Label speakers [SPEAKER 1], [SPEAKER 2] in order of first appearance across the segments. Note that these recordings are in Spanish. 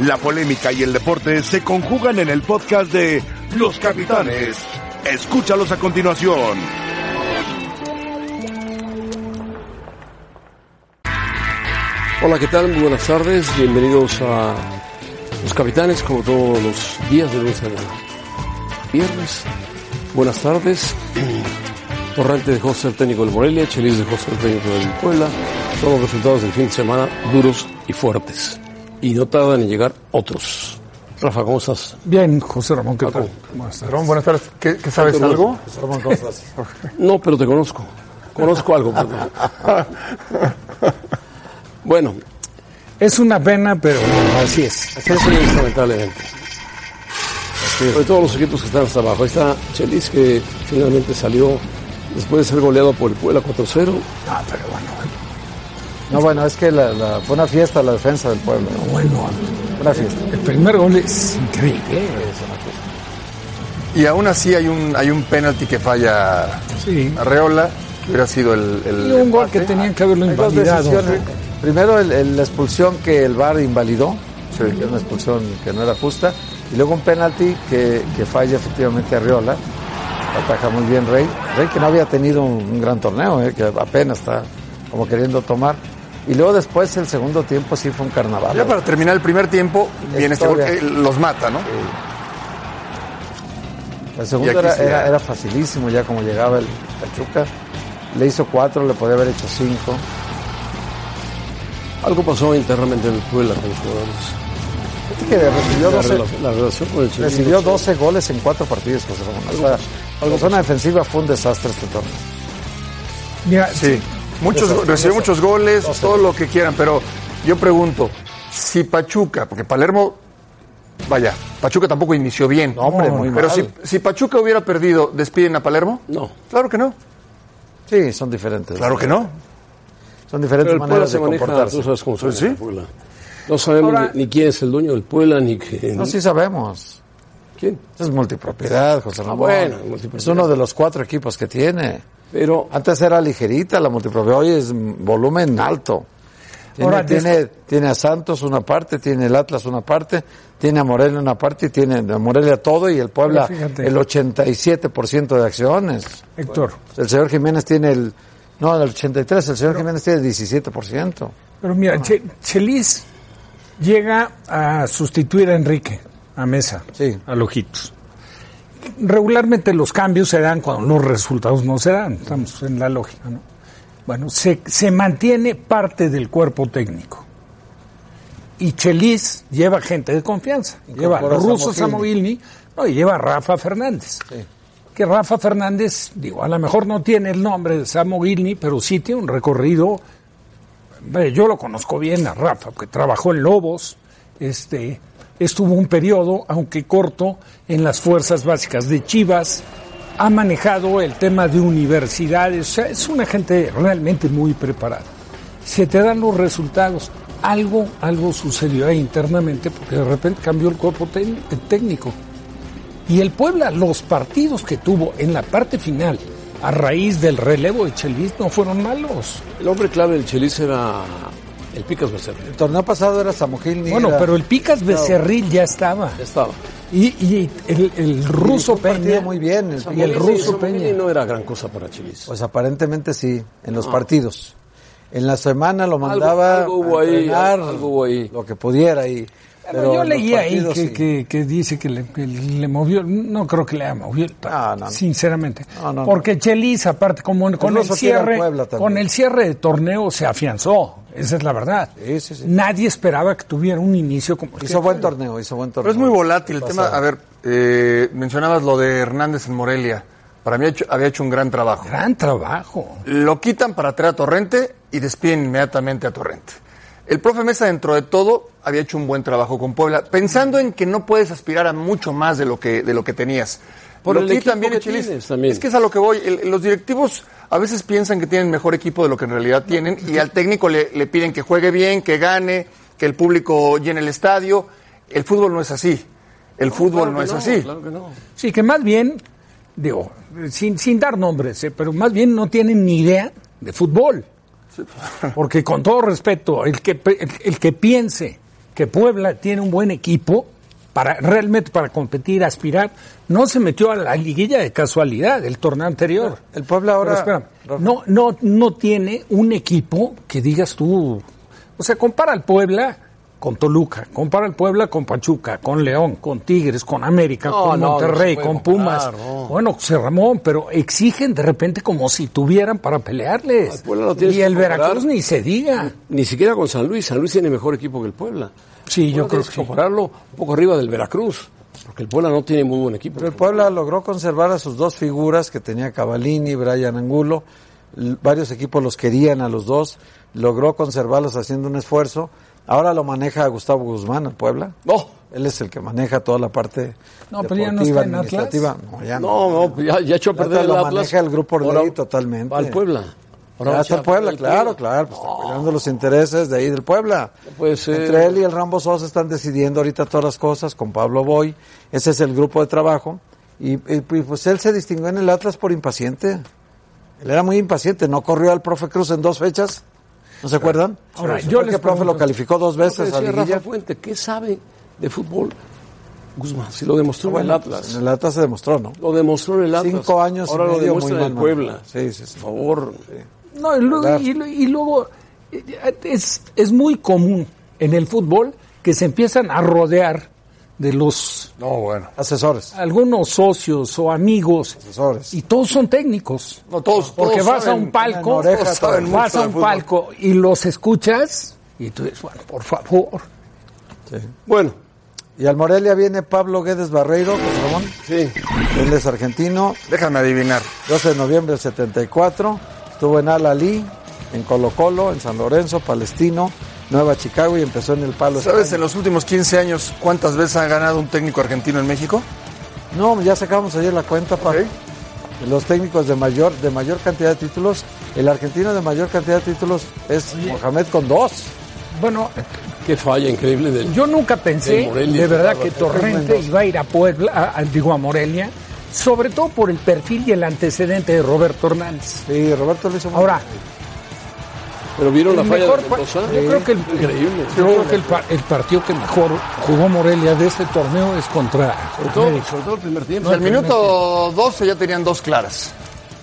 [SPEAKER 1] La polémica y el deporte se conjugan en el podcast de Los Capitanes. Escúchalos a continuación.
[SPEAKER 2] Hola, ¿qué tal? Muy buenas tardes. Bienvenidos a Los Capitanes, como todos los días de lunes a viernes. Buenas tardes. Torrente dejó de ser técnico del Morelia, Chelis dejó de ser técnico del Puebla. Son los resultados del fin de semana duros y fuertes. Y no tardan en llegar otros. Rafa, ¿cómo estás?
[SPEAKER 3] Bien, José Ramón, ¿qué tal? Buenas tardes. Ramón, buenas tardes. ¿Qué, qué sabes
[SPEAKER 2] Tanto
[SPEAKER 3] algo?
[SPEAKER 2] gusto.
[SPEAKER 3] José Ramón, ¿cómo estás?
[SPEAKER 2] No, pero te conozco. Conozco algo. pero no. bueno,
[SPEAKER 3] es una pena, pero así es.
[SPEAKER 2] así es, señores, lamentablemente. Sobre todos los equipos que están hasta abajo. Ahí está Chelis, que finalmente salió después de ser goleado por el Puebla 4-0.
[SPEAKER 3] Ah, pero bueno,
[SPEAKER 4] No, bueno, es que la, la- fue una fiesta la defensa del pueblo.
[SPEAKER 3] bueno.
[SPEAKER 4] Una fiesta.
[SPEAKER 3] El primer gol es increíble.
[SPEAKER 5] Y aún así hay un hay un penalti que falla
[SPEAKER 3] Sí. Ah,
[SPEAKER 5] Arreola, que hubiera sido el, el
[SPEAKER 3] Y un gol que
[SPEAKER 5] empate. Ah,
[SPEAKER 3] tenían que haberlo
[SPEAKER 4] Hay dos
[SPEAKER 3] invalidado.
[SPEAKER 4] decisiones. Primero, el- el- la expulsión que el VAR invalidó,
[SPEAKER 5] Sí.
[SPEAKER 4] que es una expulsión que no era justa. Y luego un penalti que, que falla efectivamente Arriola. Ataja muy bien Rey. Rey que no había tenido un, un gran torneo, eh, que apenas está como queriendo tomar. Y luego después, el segundo tiempo sí fue un carnaval.
[SPEAKER 5] Ya para terminar el primer tiempo, viene este gol que los mata, ¿no?
[SPEAKER 4] El
[SPEAKER 5] Y
[SPEAKER 4] segundo
[SPEAKER 5] aquí
[SPEAKER 4] era,
[SPEAKER 5] sí
[SPEAKER 4] era,
[SPEAKER 5] ya.
[SPEAKER 4] era facilísimo ya como llegaba el Pachuca. Le hizo cuatro, le podía haber hecho cinco.
[SPEAKER 2] Algo pasó internamente en el Puebla con los jugadores.
[SPEAKER 4] Fíjate que recibió
[SPEAKER 2] La,
[SPEAKER 4] 12,
[SPEAKER 2] rela- la relación con el Chelis.
[SPEAKER 4] recibió 12 goles en cuatro partidos, José Ramón. O sea, la zona defensiva fue un desastre este torneo.
[SPEAKER 3] Mira,
[SPEAKER 5] Sí. Muchos
[SPEAKER 4] Eso,
[SPEAKER 5] recibió
[SPEAKER 4] eso.
[SPEAKER 5] muchos goles,
[SPEAKER 4] Doce.
[SPEAKER 5] todo lo que quieran, pero yo pregunto, si Pachuca, porque Palermo vaya, Pachuca tampoco inició bien.
[SPEAKER 4] hombre, muy
[SPEAKER 5] pero
[SPEAKER 4] mal.
[SPEAKER 5] si, si Pachuca hubiera perdido, ¿despiden a Palermo?
[SPEAKER 2] No.
[SPEAKER 5] Claro que no.
[SPEAKER 4] Sí, son diferentes.
[SPEAKER 5] Claro que no.
[SPEAKER 4] Son
[SPEAKER 2] Pero
[SPEAKER 4] diferentes
[SPEAKER 2] el Puebla
[SPEAKER 4] maneras
[SPEAKER 2] se
[SPEAKER 4] de
[SPEAKER 2] maneja, tú
[SPEAKER 4] comportarse.
[SPEAKER 2] sabes cómo se
[SPEAKER 5] Pues sí.
[SPEAKER 2] maneja el Puebla. No sabemos
[SPEAKER 3] Ahora-
[SPEAKER 2] ni, ni quién es el dueño del Puebla, ni que,
[SPEAKER 4] No, sí sabemos.
[SPEAKER 2] quién.
[SPEAKER 4] Es multipropiedad, José Ramón.
[SPEAKER 2] Ah, bueno, multipropiedad.
[SPEAKER 4] Es uno de los cuatro equipos que tiene.
[SPEAKER 2] Pero
[SPEAKER 4] Antes era ligerita la multipropiedad, hoy es mm, volumen alto. Tiene,
[SPEAKER 3] Ahora, des-
[SPEAKER 4] tiene, tiene a Santos una parte, tiene el Atlas una parte, tiene a Morelia una parte, y tiene a Morelia todo y el Puebla
[SPEAKER 3] Ahora, fíjate.
[SPEAKER 4] el 87% de acciones.
[SPEAKER 3] Héctor,
[SPEAKER 4] El señor Jiménez tiene el... No, el 83, el señor Jiménez tiene el 17%.
[SPEAKER 3] pero mira, Che- Chelis llega a sustituir a Enrique, a Mesa,
[SPEAKER 4] Sí.
[SPEAKER 3] a Lojitos. Regularmente los cambios se dan cuando los resultados no se dan. Estamos en la lógica, ¿no? Bueno, se, se mantiene parte del cuerpo técnico. Y Chelis lleva gente de confianza. Lleva a
[SPEAKER 4] Incorpora a
[SPEAKER 3] Russo
[SPEAKER 4] Samovilni.
[SPEAKER 3] Samovilni no, y lleva a Rafa Fernández. Que Rafa Fernández, digo, a lo mejor no tiene el nombre de Samovilni, pero sí tiene un recorrido. Hombre, Yo lo conozco bien a Rafa, porque trabajó en Lobos. Este, estuvo un periodo, aunque corto, en las fuerzas básicas de Chivas. Ha manejado el tema de universidades. O sea, es una gente realmente muy preparada se te dan los resultados. Algo, algo sucedió ahí internamente porque de repente cambió el cuerpo tén- técnico. Y el Puebla, los partidos que tuvo en la parte final, a raíz del relevo de Chelis, no fueron malos.
[SPEAKER 2] el hombre clave del Chelis era el Picas Becerril.
[SPEAKER 4] El torneo pasado era Samogil
[SPEAKER 3] Bueno, pero el Picas Becerril ya estaba.
[SPEAKER 2] Ya estaba.
[SPEAKER 3] Y, y el, el ruso
[SPEAKER 4] partido
[SPEAKER 3] Peña.
[SPEAKER 4] muy bien, el
[SPEAKER 3] y el
[SPEAKER 4] Peña.
[SPEAKER 3] ruso
[SPEAKER 2] Samuel
[SPEAKER 3] Peña.
[SPEAKER 2] no era gran cosa para Chelis.
[SPEAKER 4] Pues aparentemente sí, en los partidos. En la semana lo mandaba
[SPEAKER 2] Ah. algo hubo
[SPEAKER 4] a
[SPEAKER 2] ahí,
[SPEAKER 4] entrenar
[SPEAKER 2] algo hubo ahí.
[SPEAKER 4] lo que pudiera y
[SPEAKER 3] Pero yo
[SPEAKER 4] en los
[SPEAKER 3] leí ahí
[SPEAKER 4] partidos
[SPEAKER 3] que,
[SPEAKER 4] sí.
[SPEAKER 3] que- que dice que le, que le movió, no creo que le haya movido, el taco,
[SPEAKER 4] Ah, no, no.
[SPEAKER 3] sinceramente.
[SPEAKER 4] No, no, no.
[SPEAKER 3] Porque Chelis, aparte, como en- con, el
[SPEAKER 4] Ruso quiere al
[SPEAKER 3] cierre,
[SPEAKER 4] Puebla también.
[SPEAKER 3] con el cierre de torneo se afianzó, esa es la verdad.
[SPEAKER 4] Sí, sí, sí.
[SPEAKER 3] Nadie esperaba que tuviera un inicio como el que
[SPEAKER 4] hizo buen torneo, hizo buen
[SPEAKER 5] Pero
[SPEAKER 4] torneo.
[SPEAKER 5] es muy volátil el tema.
[SPEAKER 4] Pasado.
[SPEAKER 5] A ver, eh, mencionabas lo de Hernández en Morelia. Para mí ha hecho- había hecho un gran trabajo.
[SPEAKER 3] Gran trabajo.
[SPEAKER 5] Lo quitan para traer a Torrente y despiden inmediatamente a Torrente. El profe Mesa, dentro de todo, había hecho un buen trabajo con Puebla, pensando en que no puedes aspirar a mucho más de lo que, de lo que tenías.
[SPEAKER 2] Por
[SPEAKER 5] lo
[SPEAKER 2] el
[SPEAKER 5] quitan,
[SPEAKER 2] equipo
[SPEAKER 5] viene
[SPEAKER 2] que
[SPEAKER 5] Chelis.
[SPEAKER 2] tienes también.
[SPEAKER 5] Es que es a lo que voy. El- los directivos a veces piensan que tienen mejor equipo de lo que en realidad tienen y al técnico le, le piden que juegue bien, que gane, que el público llene el estadio. El fútbol no es así. El fútbol
[SPEAKER 2] Claro
[SPEAKER 5] no
[SPEAKER 2] que
[SPEAKER 5] es así.
[SPEAKER 2] Claro que no.
[SPEAKER 3] Sí, que más bien, digo, sin, sin dar nombres, eh, pero más bien no tienen ni idea de fútbol. Porque con todo respeto, el que, pe- el, el que piense que Puebla tiene un buen equipo para realmente para competir, aspirar. No se metió a la liguilla de casualidad del torneo anterior.
[SPEAKER 6] Ah,
[SPEAKER 4] El Puebla ahora-
[SPEAKER 3] Pero espérame, no, no, no tiene un equipo que digas tú. O sea, compara al Puebla con Toluca, compara al Puebla con Pachuca, con León, con Tigres, con América,
[SPEAKER 6] No,
[SPEAKER 3] con
[SPEAKER 6] no, no se
[SPEAKER 3] Monterrey,
[SPEAKER 6] puede
[SPEAKER 3] con
[SPEAKER 6] comparar,
[SPEAKER 3] Pumas.
[SPEAKER 6] no.
[SPEAKER 3] Bueno, José Ramón, pero exigen de repente como si tuvieran para pelearles.
[SPEAKER 2] Puebla lo tienes
[SPEAKER 3] y
[SPEAKER 2] que
[SPEAKER 3] el
[SPEAKER 2] comparar.
[SPEAKER 3] Veracruz ni se diga.
[SPEAKER 2] Ni siquiera con San Luis. San Luis tiene mejor equipo que el Puebla.
[SPEAKER 3] Sí, yo
[SPEAKER 2] Puebla
[SPEAKER 3] creo
[SPEAKER 2] tienes
[SPEAKER 3] que sí.
[SPEAKER 2] compararlo un poco arriba del Veracruz, porque el Puebla no tiene muy buen equipo.
[SPEAKER 4] Pero el Puebla logró conservar a sus dos figuras que tenía Cavalini, Brian Angulo. L- Varios equipos los querían a los dos. Logró conservarlos haciendo un esfuerzo. Ahora lo maneja Gustavo Guzmán, el Puebla.
[SPEAKER 2] No,
[SPEAKER 4] Él es el que maneja toda la parte
[SPEAKER 3] No, pero ya
[SPEAKER 4] deportiva,
[SPEAKER 3] no está en
[SPEAKER 4] administrativa.
[SPEAKER 3] Atlas.
[SPEAKER 4] No, ya no.
[SPEAKER 2] no, no, ya, ya echó a
[SPEAKER 4] Atlas
[SPEAKER 2] perder el
[SPEAKER 4] lo
[SPEAKER 2] Atlas.
[SPEAKER 4] maneja el grupo Orlegui
[SPEAKER 2] Ahora
[SPEAKER 4] totalmente.
[SPEAKER 2] va al Puebla. Ahora
[SPEAKER 4] Ya
[SPEAKER 2] va a
[SPEAKER 4] está
[SPEAKER 2] echar
[SPEAKER 4] el
[SPEAKER 2] a
[SPEAKER 4] Puebla,
[SPEAKER 2] perder el
[SPEAKER 4] claro, claro. pues está cuidando los intereses de ahí del Puebla.
[SPEAKER 2] puede ser.
[SPEAKER 4] Entre él y el Rambo Sosa están decidiendo ahorita todas las cosas con Pablo Boy. Ese es el grupo de trabajo. Y, y, pues él se distinguió en el Atlas por impaciente. Él era muy impaciente, no corrió al profe Cruz en dos fechas. ¿No se acuerdan?
[SPEAKER 3] Ahora,
[SPEAKER 4] Porque
[SPEAKER 3] yo
[SPEAKER 4] el
[SPEAKER 3] les
[SPEAKER 4] profe lo
[SPEAKER 3] pregunto-
[SPEAKER 4] calificó dos
[SPEAKER 2] Lo que
[SPEAKER 4] veces a
[SPEAKER 2] decía
[SPEAKER 4] liguilla.
[SPEAKER 2] Rafa Fuente, ¿qué sabe de fútbol Guzmán? Si lo demostró en
[SPEAKER 4] Bueno,
[SPEAKER 2] el
[SPEAKER 4] pues,
[SPEAKER 2] Atlas.
[SPEAKER 4] en el Atlas se demostró, ¿no?
[SPEAKER 2] Lo demostró en el Atlas.
[SPEAKER 4] Cinco años y
[SPEAKER 2] Ahora lo
[SPEAKER 4] medio
[SPEAKER 2] demuestra
[SPEAKER 4] muy
[SPEAKER 2] en el
[SPEAKER 4] mal
[SPEAKER 2] Puebla.
[SPEAKER 4] manejado. Sí, sí, sí.
[SPEAKER 2] Por favor.
[SPEAKER 3] No, y luego,
[SPEAKER 4] Claro.
[SPEAKER 3] y, lu- y luego eh, es, es muy común en el fútbol que se empiezan a rodear de los
[SPEAKER 6] No, bueno.
[SPEAKER 4] Asesores.
[SPEAKER 3] algunos socios o amigos
[SPEAKER 4] Asesores.
[SPEAKER 3] y todos son técnicos.
[SPEAKER 5] No, todos-
[SPEAKER 3] Porque
[SPEAKER 5] todos
[SPEAKER 3] vas
[SPEAKER 5] saben,
[SPEAKER 3] a un palco,
[SPEAKER 4] tienen oreja,
[SPEAKER 3] todos
[SPEAKER 5] saben mucho
[SPEAKER 3] vas a
[SPEAKER 5] de
[SPEAKER 3] un
[SPEAKER 5] fútbol.
[SPEAKER 3] palco y los escuchas y tú dices, bueno, por favor.
[SPEAKER 2] Bueno,
[SPEAKER 4] Y al Morelia viene Pablo Guedes Barreiro, José Ramón.
[SPEAKER 2] sí.
[SPEAKER 4] Él es argentino,
[SPEAKER 5] Déjame adivinar.
[SPEAKER 4] 12 de noviembre del 74, estuvo en Al-Ali, en Colo Colo, en San Lorenzo, Palestino, Nueva Chicago y empezó en el Palo.
[SPEAKER 5] ¿Sabes en
[SPEAKER 4] España.
[SPEAKER 5] los últimos 15 años cuántas veces ha ganado un técnico argentino en México?
[SPEAKER 4] No, ya sacamos ayer la cuenta, para
[SPEAKER 5] Ok.
[SPEAKER 4] Los técnicos de mayor, de mayor cantidad de títulos, el argentino de mayor cantidad de títulos es Mohamed con dos.
[SPEAKER 3] Bueno,
[SPEAKER 2] Qué falla increíble del
[SPEAKER 3] yo nunca pensé
[SPEAKER 2] De Morelia.
[SPEAKER 3] de verdad que
[SPEAKER 4] Carlos
[SPEAKER 3] Torrente
[SPEAKER 4] Mendoza.
[SPEAKER 3] iba a ir a Puebla, a- a- digo a Morelia, sobre todo por el perfil y el antecedente de Roberto Hernández.
[SPEAKER 4] Y Roberto lo hizo muy
[SPEAKER 3] Ahora,
[SPEAKER 4] bien.
[SPEAKER 2] Pero vieron la
[SPEAKER 3] El
[SPEAKER 2] falla
[SPEAKER 3] mejor
[SPEAKER 2] de Mendoza.
[SPEAKER 3] pa- yo creo que el-
[SPEAKER 2] increíble.
[SPEAKER 3] Yo creo que el, pa- el partido que mejor jugó Morelia de este torneo es contra
[SPEAKER 2] Sobre todo,
[SPEAKER 3] América.
[SPEAKER 2] sobre todo el primer tiempo.
[SPEAKER 5] O sea, al minuto 12 ya tenían dos claras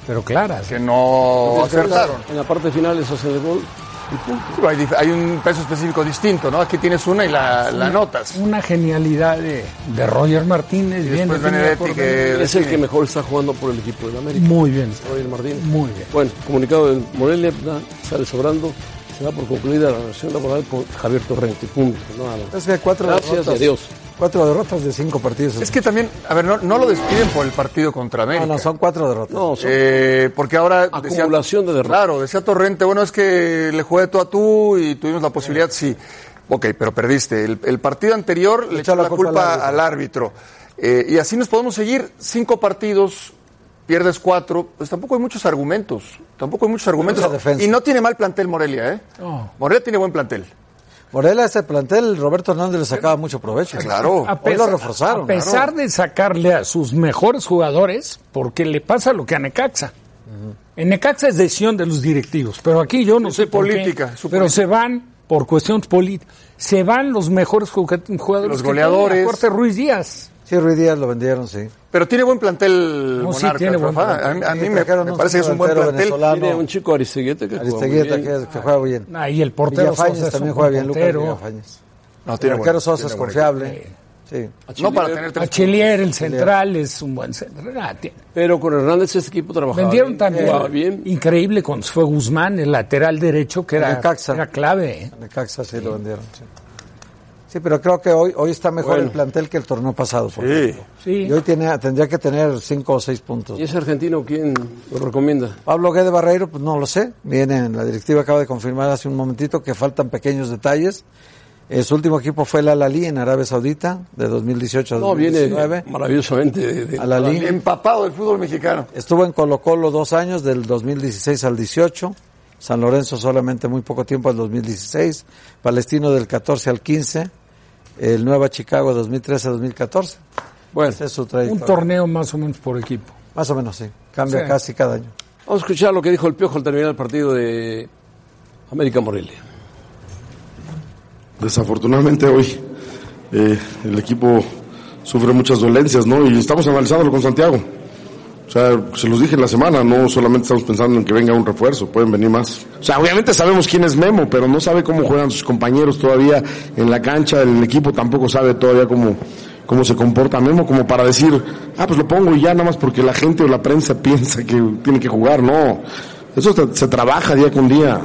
[SPEAKER 3] Pero claras.
[SPEAKER 5] que no
[SPEAKER 2] Porque
[SPEAKER 5] acertaron.
[SPEAKER 2] En la parte final les hacen el gol. y punto.
[SPEAKER 5] Sí, Hay, dif- hay un peso específico distinto, ¿no? Aquí tienes una y la, la notas.
[SPEAKER 3] Una genialidad de, de Roger Martínez. bien
[SPEAKER 5] después
[SPEAKER 3] definida
[SPEAKER 5] Benedetti,
[SPEAKER 3] por
[SPEAKER 5] que-
[SPEAKER 3] Benedetti.
[SPEAKER 2] Es el que mejor está jugando por el equipo del América.
[SPEAKER 3] Muy bien.
[SPEAKER 2] Roger Martínez.
[SPEAKER 3] Muy bien.
[SPEAKER 2] Bueno, comunicado del Morelia, da- sale sobrando. Se da por concluida la relación laboral con Javier Torrente. Punto. Nada más.
[SPEAKER 4] Es que cuatro
[SPEAKER 2] Gracias
[SPEAKER 4] derrotas.
[SPEAKER 2] y adiós.
[SPEAKER 4] Cuatro derrotas de cinco partidos.
[SPEAKER 5] Es que también, a ver, no, no lo despiden por el partido contra América.
[SPEAKER 4] no, no, son cuatro derrotas.
[SPEAKER 2] No, son-
[SPEAKER 5] Eh, porque ahora... decía-
[SPEAKER 2] Acumulación de derrotas.
[SPEAKER 5] Claro, decía Torrente, bueno, es que le jugué tú a tú y tuvimos la posibilidad, sí. Ok, pero perdiste. El, el partido anterior le echó la culpa, al árbitro. Eh, y así nos podemos seguir. Cinco partidos, pierdes cuatro. Pues tampoco hay muchos argumentos. Tampoco hay muchos argumentos.
[SPEAKER 4] Mucha defensa.
[SPEAKER 5] Y no tiene mal plantel Morelia, ¿eh?
[SPEAKER 3] No.
[SPEAKER 5] Morelia tiene buen plantel.
[SPEAKER 4] Morelia, ese plantel, Roberto Hernández le sacaba mucho provecho.
[SPEAKER 5] Claro.
[SPEAKER 4] Hoy lo reforzaron.
[SPEAKER 3] a pesar de sacarle a sus mejores jugadores, porque le pasa lo que a Necaxa. En Necaxa es decisión de los directivos, pero aquí yo no
[SPEAKER 5] Sí,
[SPEAKER 3] sé
[SPEAKER 5] su
[SPEAKER 3] por
[SPEAKER 5] política,
[SPEAKER 3] qué,
[SPEAKER 5] su
[SPEAKER 3] pero
[SPEAKER 5] política.
[SPEAKER 3] se van por cuestiones políticas, se van los mejores jugu- jugadores,
[SPEAKER 5] Los
[SPEAKER 3] que tiene,
[SPEAKER 5] goleadores.
[SPEAKER 3] Corte Ruiz Díaz.
[SPEAKER 4] Sí, Ruiz Díaz lo vendieron, sí.
[SPEAKER 5] Pero tiene buen plantel
[SPEAKER 3] No, sí,
[SPEAKER 5] Monarcas,
[SPEAKER 3] tiene buen
[SPEAKER 5] Rafa.
[SPEAKER 3] plantel.
[SPEAKER 5] A, mí- a
[SPEAKER 4] Sí,
[SPEAKER 5] mí me,
[SPEAKER 4] trajeron
[SPEAKER 5] me
[SPEAKER 4] un
[SPEAKER 5] parece que es un buen
[SPEAKER 4] delantero
[SPEAKER 5] plantel.
[SPEAKER 4] venezolano.
[SPEAKER 2] Tiene un chico Aristeguieta que juega muy
[SPEAKER 4] Ah, Aristeguieta,
[SPEAKER 2] bien.
[SPEAKER 4] que, que juega muy bien.
[SPEAKER 3] Ah, y el portero
[SPEAKER 4] Villafañez
[SPEAKER 3] Sosa es un
[SPEAKER 4] también
[SPEAKER 3] buen
[SPEAKER 4] juega bien, Lucas
[SPEAKER 3] portero.
[SPEAKER 4] Villafañez.
[SPEAKER 5] No,
[SPEAKER 4] El
[SPEAKER 5] tiene buen-
[SPEAKER 4] arquero Sosa
[SPEAKER 5] tiene
[SPEAKER 4] es
[SPEAKER 5] buen
[SPEAKER 4] confiable. Sí.
[SPEAKER 5] No para tener
[SPEAKER 3] A
[SPEAKER 5] tres
[SPEAKER 3] Chelier, el central, es un buen central. Ah, tiene-
[SPEAKER 2] Pero con Hernández este equipo trabajaba
[SPEAKER 3] Vendieron
[SPEAKER 2] bien,
[SPEAKER 3] también.
[SPEAKER 2] jugaba bien.
[SPEAKER 3] Increíble con fue Guzmán, el lateral derecho, que era,
[SPEAKER 4] Necaxa.
[SPEAKER 3] era clave. ¿eh?
[SPEAKER 4] Necaxa sí lo vendieron, sí. Sí, pero creo que hoy, hoy está mejor el plantel que el torneo pasado. por ejemplo.
[SPEAKER 3] Sí.
[SPEAKER 4] Y hoy tiene, tendría que tener cinco o seis puntos.
[SPEAKER 2] ¿Y ese argentino quién lo recomienda?
[SPEAKER 4] Pablo Guedes Barreiro, pues no lo sé. Viene, en la directiva acaba de confirmar hace un momentito que faltan pequeños detalles. Eh, su último equipo fue el Al-Ali en Arabia Saudita de 2018 a
[SPEAKER 2] No, viene
[SPEAKER 4] 2019.
[SPEAKER 2] maravillosamente de, de-
[SPEAKER 4] Al-Ali.
[SPEAKER 5] Empapado del fútbol mexicano.
[SPEAKER 4] Estuvo en Colo Colo dos años, del 2016 al 18. San Lorenzo solamente muy poco tiempo, al 2016. Palestino del 14 al 15. El Nueva Chicago 2013 a 2014.
[SPEAKER 2] Bueno,
[SPEAKER 4] Esa es su
[SPEAKER 3] Un
[SPEAKER 4] trayectoria.
[SPEAKER 3] torneo más o menos por equipo.
[SPEAKER 4] Más o menos, sí. Cambia
[SPEAKER 3] Sí.
[SPEAKER 4] casi cada año.
[SPEAKER 2] vamos a escuchar lo que dijo el Piojo al terminar el partido de América Morelia.
[SPEAKER 6] Desafortunadamente hoy eh, el equipo sufre muchas dolencias, ¿no? Y estamos analizándolo con Santiago. O sea, se los dije en la semana, no solamente estamos pensando en que venga un refuerzo, pueden venir más. O sea, obviamente sabemos quién es Memo, pero no sabe cómo juegan sus compañeros todavía en la cancha, el equipo tampoco sabe todavía cómo, cómo se comporta Memo, como para decir, ah, pues lo pongo y ya, nada más porque la gente o la prensa piensa que tiene que jugar, no. Eso se, se trabaja día con día.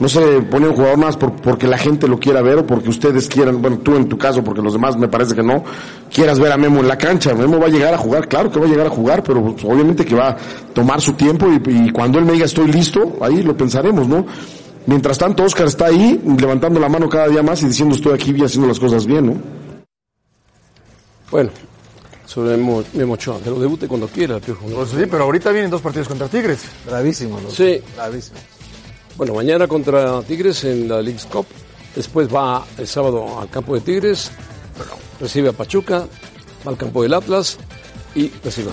[SPEAKER 6] No se pone un jugador más por, porque la gente lo quiera ver o porque ustedes quieran, bueno, tú en tu caso, porque los demás me parece que no, quieras ver a Memo en la cancha. Memo va a llegar a jugar, claro que va a llegar a jugar, pero pues, obviamente que va a tomar su tiempo y, y cuando él me diga estoy listo, ahí lo pensaremos, ¿no? Mientras tanto, Oscar está ahí levantando la mano cada día más y diciendo estoy aquí y haciendo las cosas bien, ¿no?
[SPEAKER 2] Bueno, sobre Memo, Memo Ochoa, que lo debute cuando quiera, el Piojo, ¿no?
[SPEAKER 5] Pues sí, pero ahorita vienen dos partidos contra Tigres.
[SPEAKER 4] Bravísimo, ¿no?
[SPEAKER 2] Sí.
[SPEAKER 4] Bravísimo.
[SPEAKER 2] Bueno, mañana contra Tigres en la Leagues Cup. Después va el sábado al campo de Tigres, recibe a Pachuca, va al campo del Atlas y recibe.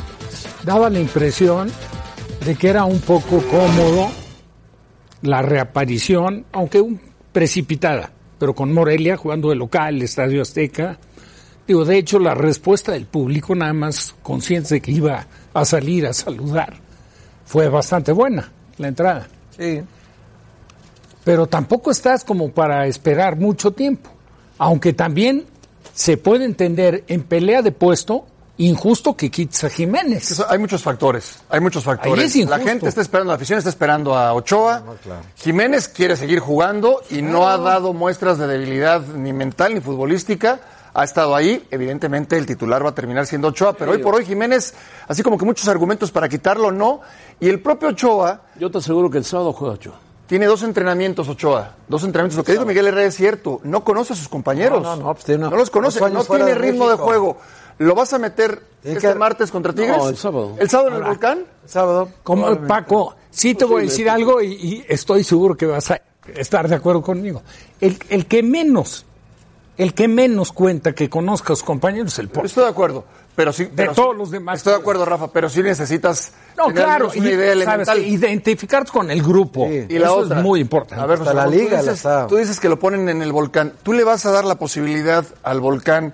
[SPEAKER 3] daba la impresión de que era un poco cómodo la reaparición, aunque un- precipitada, pero con Morelia jugando de local, Estadio Azteca. Digo, de hecho, la respuesta del público, nada más consciente de que iba a salir a saludar, fue bastante buena la entrada.
[SPEAKER 4] Sí.
[SPEAKER 3] Pero tampoco estás como para esperar mucho tiempo. Aunque también se puede entender en pelea de puesto injusto que quites a Jiménez.
[SPEAKER 5] Eso- hay muchos factores, hay muchos
[SPEAKER 3] Ahí
[SPEAKER 5] factores.
[SPEAKER 3] es injusto.
[SPEAKER 5] la gente está esperando, la afición está esperando a Ochoa. Jiménez quiere seguir jugando y no ha dado muestras de debilidad ni mental ni futbolística. Ha estado ahí, evidentemente el titular va a terminar siendo Ochoa, pero hoy por hoy Jiménez, así como que muchos argumentos para quitarlo, no. Y el propio Ochoa
[SPEAKER 2] Yo te aseguro que el sábado juega Ochoa.
[SPEAKER 5] tiene dos entrenamientos, Ochoa. Dos entrenamientos. Lo que dijo Miguel Herrera es cierto. No conoce a sus compañeros.
[SPEAKER 4] No, no, no, pues tiene una-
[SPEAKER 5] los conoce,
[SPEAKER 4] ocho años
[SPEAKER 5] no
[SPEAKER 4] fuera
[SPEAKER 5] tiene
[SPEAKER 4] de
[SPEAKER 5] ritmo de
[SPEAKER 4] México.
[SPEAKER 5] juego. ¿Lo vas a meter
[SPEAKER 4] Tiene
[SPEAKER 5] este
[SPEAKER 4] que-
[SPEAKER 5] martes contra Tigres?
[SPEAKER 2] el sábado.
[SPEAKER 5] ¿El sábado en el volcán?
[SPEAKER 4] El sábado.
[SPEAKER 3] Como
[SPEAKER 4] probablemente.
[SPEAKER 3] Paco, sí te voy a decir algo y, y estoy seguro que vas a estar de acuerdo conmigo. El, el que menos, el que menos cuenta que conozca a sus compañeros es el portero.
[SPEAKER 5] Estoy de acuerdo. Pero sí, pero sí-
[SPEAKER 3] todos los demás.
[SPEAKER 5] Estoy de acuerdo, Rafa, pero sí necesitas
[SPEAKER 3] No,
[SPEAKER 5] tener al
[SPEAKER 3] claro,
[SPEAKER 5] menos
[SPEAKER 3] y,
[SPEAKER 5] una idea
[SPEAKER 3] sabes,
[SPEAKER 5] elemental.
[SPEAKER 3] identificarte con el grupo.
[SPEAKER 4] Sí.
[SPEAKER 5] Y la
[SPEAKER 3] Eso
[SPEAKER 5] otra.
[SPEAKER 3] es muy importante.
[SPEAKER 5] A ver,
[SPEAKER 4] Hasta
[SPEAKER 5] José
[SPEAKER 4] la
[SPEAKER 5] Ramón, tú
[SPEAKER 4] liga la
[SPEAKER 5] dices-
[SPEAKER 4] está.
[SPEAKER 5] Tú dices que lo ponen en el volcán. ¿Tú le vas a dar la posibilidad al volcán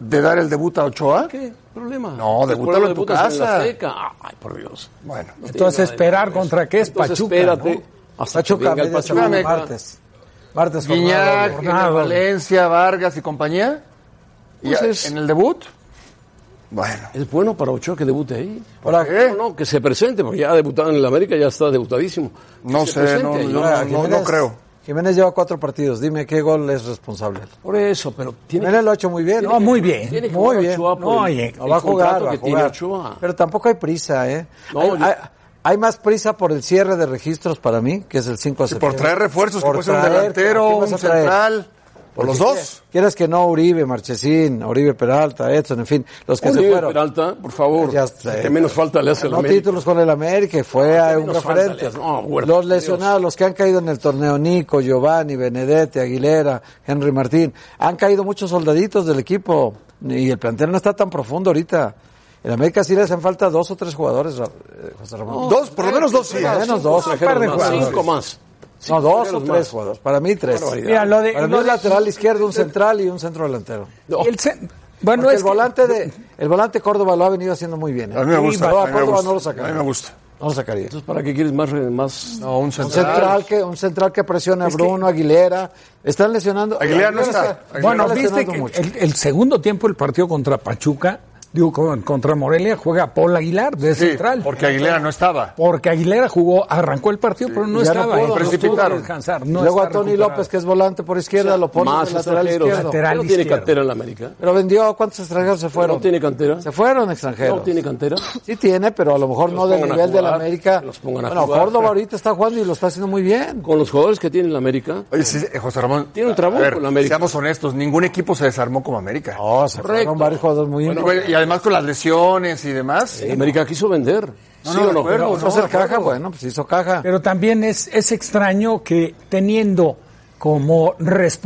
[SPEAKER 5] de dar el debut a Ochoa?
[SPEAKER 2] ¿Qué problema?
[SPEAKER 5] No,
[SPEAKER 2] Después
[SPEAKER 5] debútalo
[SPEAKER 2] lo
[SPEAKER 5] en tu
[SPEAKER 2] debutas
[SPEAKER 5] casa.
[SPEAKER 2] la Azteca. Ay, por Dios.
[SPEAKER 5] Bueno.
[SPEAKER 3] Entonces, esperar contra qué es
[SPEAKER 2] Entonces,
[SPEAKER 3] Pachuca.
[SPEAKER 2] Espérate.
[SPEAKER 3] ¿no?
[SPEAKER 2] Hasta que
[SPEAKER 4] Pachuca,
[SPEAKER 2] venga el
[SPEAKER 4] media
[SPEAKER 2] Pachuca.
[SPEAKER 4] semana,
[SPEAKER 5] Espérame.
[SPEAKER 4] martes. Martes jornada
[SPEAKER 5] Guiñac,
[SPEAKER 4] doble.
[SPEAKER 3] Jornada doble.
[SPEAKER 5] Valencia, Vargas y compañía. Y
[SPEAKER 2] Pues
[SPEAKER 5] a-
[SPEAKER 2] es-
[SPEAKER 5] en el debut. Bueno.
[SPEAKER 2] Es bueno para Ochoa que debute ahí.
[SPEAKER 4] Ahora,
[SPEAKER 5] ¿Qué?
[SPEAKER 2] No, no, que se presente, porque ya ha debutado en el América, ya está debutadísimo.
[SPEAKER 5] No
[SPEAKER 2] Que se
[SPEAKER 5] sé,
[SPEAKER 2] presente
[SPEAKER 5] no,
[SPEAKER 2] ahí.
[SPEAKER 5] yo
[SPEAKER 4] ahora,
[SPEAKER 5] no creo.
[SPEAKER 4] Jiménez lleva cuatro partidos. Dime qué gol es responsable.
[SPEAKER 2] Por eso, pero tiene
[SPEAKER 4] Jiménez lo ha hecho muy bien.
[SPEAKER 3] No, muy bien.
[SPEAKER 2] Tiene que
[SPEAKER 4] Muy
[SPEAKER 2] jugar
[SPEAKER 4] bien.
[SPEAKER 2] Ochoa por
[SPEAKER 3] No,
[SPEAKER 2] el-
[SPEAKER 3] oye,
[SPEAKER 2] el
[SPEAKER 4] No, eh, va a jugar,
[SPEAKER 2] contrato
[SPEAKER 4] va a
[SPEAKER 2] que tiene
[SPEAKER 4] jugar.
[SPEAKER 2] Ochoa.
[SPEAKER 4] Pero tampoco hay prisa, ¿eh?
[SPEAKER 2] No,
[SPEAKER 4] hay,
[SPEAKER 2] yo-
[SPEAKER 4] hay- hay más prisa por el cierre de registros para mí, que es el 5 de
[SPEAKER 5] Y
[SPEAKER 4] septiembre.
[SPEAKER 5] por traer refuerzos, que
[SPEAKER 4] Por
[SPEAKER 5] puede ser un
[SPEAKER 4] traer, ¿a
[SPEAKER 5] delantero,
[SPEAKER 4] quién vas
[SPEAKER 5] un
[SPEAKER 4] a traer?
[SPEAKER 5] central, o los
[SPEAKER 4] Porque
[SPEAKER 5] dos.
[SPEAKER 4] Quieras que no, Uribe, Marchesín, Uribe Peralta, Edson, en fin, los que se
[SPEAKER 2] Oliver
[SPEAKER 4] fueron.
[SPEAKER 2] Peralta, por favor,
[SPEAKER 4] Ya sé.
[SPEAKER 2] que menos falta le hace el
[SPEAKER 4] Ganó
[SPEAKER 2] América.
[SPEAKER 4] títulos con el América y fue a un
[SPEAKER 2] menos falta le
[SPEAKER 4] referente.
[SPEAKER 2] hace. No, güey,
[SPEAKER 4] los
[SPEAKER 2] por Dios.
[SPEAKER 4] lesionados, los que han caído en el torneo, Nico, Giovanni, Benedetti, Aguilera, Henry Martín, han caído muchos soldaditos del equipo y el plantel no está tan profundo ahorita. En América sí le hacen falta dos o tres jugadores, Ra- eh, José Ramón.
[SPEAKER 5] Dos, por lo menos dos sí.
[SPEAKER 4] Por lo menos dos,
[SPEAKER 2] Trajeron
[SPEAKER 4] par de
[SPEAKER 2] más,
[SPEAKER 4] jugadores.
[SPEAKER 2] cinco más.
[SPEAKER 4] No, dos o
[SPEAKER 2] Más.
[SPEAKER 4] tres jugadores. Para mí tres.
[SPEAKER 3] Mira, lo de-
[SPEAKER 4] Para mí
[SPEAKER 3] lo
[SPEAKER 4] un
[SPEAKER 3] de-
[SPEAKER 4] lateral izquierdo, un central y un centro delantero.
[SPEAKER 2] No.
[SPEAKER 3] El cen- bueno,
[SPEAKER 4] Porque
[SPEAKER 3] es
[SPEAKER 4] el
[SPEAKER 3] que-
[SPEAKER 4] volante de el volante Córdoba lo ha venido haciendo muy bien. ¿eh?
[SPEAKER 5] A mí me gusta.
[SPEAKER 4] Yo a
[SPEAKER 5] a mí me
[SPEAKER 4] Córdoba
[SPEAKER 5] gusta,
[SPEAKER 4] no lo
[SPEAKER 5] a
[SPEAKER 4] sacaría.
[SPEAKER 5] mí me gusta.
[SPEAKER 4] No lo sacaría.
[SPEAKER 2] Entonces, ¿para qué quieres más? re- más...
[SPEAKER 5] No, un
[SPEAKER 4] Un central que, un central que presione a Bruno, Aguilera. Están lesionando.
[SPEAKER 5] Aguilera no está. Aguilera
[SPEAKER 3] Bueno,
[SPEAKER 4] está
[SPEAKER 3] viste
[SPEAKER 4] lesionando
[SPEAKER 3] que
[SPEAKER 4] mucho.
[SPEAKER 3] el, el segundo tiempo el partido contra Pachuca, digo, con- contra Morelia, juega Paul Aguilar de
[SPEAKER 5] Sí,
[SPEAKER 3] central.
[SPEAKER 5] porque Aguilera no estaba.
[SPEAKER 3] Porque Aguilera jugó, arrancó el partido, pero no
[SPEAKER 4] ya no
[SPEAKER 3] estaba.
[SPEAKER 4] pudo,
[SPEAKER 3] eh,
[SPEAKER 5] lo
[SPEAKER 3] no pudo
[SPEAKER 5] precipitaron.
[SPEAKER 3] descansar, no
[SPEAKER 4] Luego a
[SPEAKER 3] está
[SPEAKER 4] Tony
[SPEAKER 3] recuperado.
[SPEAKER 4] López, que es volante por izquierda, lo pone
[SPEAKER 2] más
[SPEAKER 4] de lateral
[SPEAKER 2] extranjeros.
[SPEAKER 4] izquierdo.
[SPEAKER 3] Lateral
[SPEAKER 2] no tiene
[SPEAKER 3] izquierdo.
[SPEAKER 2] cantera en la América.
[SPEAKER 4] Pero vendió, ¿cuántos extranjeros se fueron?
[SPEAKER 2] No tiene cantera.
[SPEAKER 4] Se fueron extranjeros.
[SPEAKER 2] No tiene cantera.
[SPEAKER 4] Sí tiene, pero a lo mejor no
[SPEAKER 2] los
[SPEAKER 4] del
[SPEAKER 2] pongan a
[SPEAKER 4] nivel de la
[SPEAKER 2] jugar,
[SPEAKER 4] América.
[SPEAKER 2] que los pongan a
[SPEAKER 4] Bueno,
[SPEAKER 2] jugar.
[SPEAKER 4] Córdoba ahorita está jugando y lo está haciendo muy bien.
[SPEAKER 2] Con los jugadores que tiene en la América.
[SPEAKER 5] Oye, sí, eh, José Ramón.
[SPEAKER 2] Tiene un
[SPEAKER 5] a-
[SPEAKER 2] trabuco
[SPEAKER 5] a ver,
[SPEAKER 2] en la América.
[SPEAKER 5] Seamos honestos, ningún equipo se desarmó como América.
[SPEAKER 4] No, se fueron varios jugadores muy
[SPEAKER 5] Bueno,
[SPEAKER 4] importantes.
[SPEAKER 5] güey, y además con las lesiones y demás.
[SPEAKER 2] la América quiso vender.
[SPEAKER 5] No,
[SPEAKER 2] ¿Sí
[SPEAKER 5] no,
[SPEAKER 2] o
[SPEAKER 5] de
[SPEAKER 2] no?
[SPEAKER 5] acuerdo,
[SPEAKER 4] Vamos a
[SPEAKER 5] no,
[SPEAKER 4] hacer
[SPEAKER 5] de acuerdo.
[SPEAKER 4] caja, bueno, pues hizo caja.
[SPEAKER 3] Pero también es, es extraño que teniendo como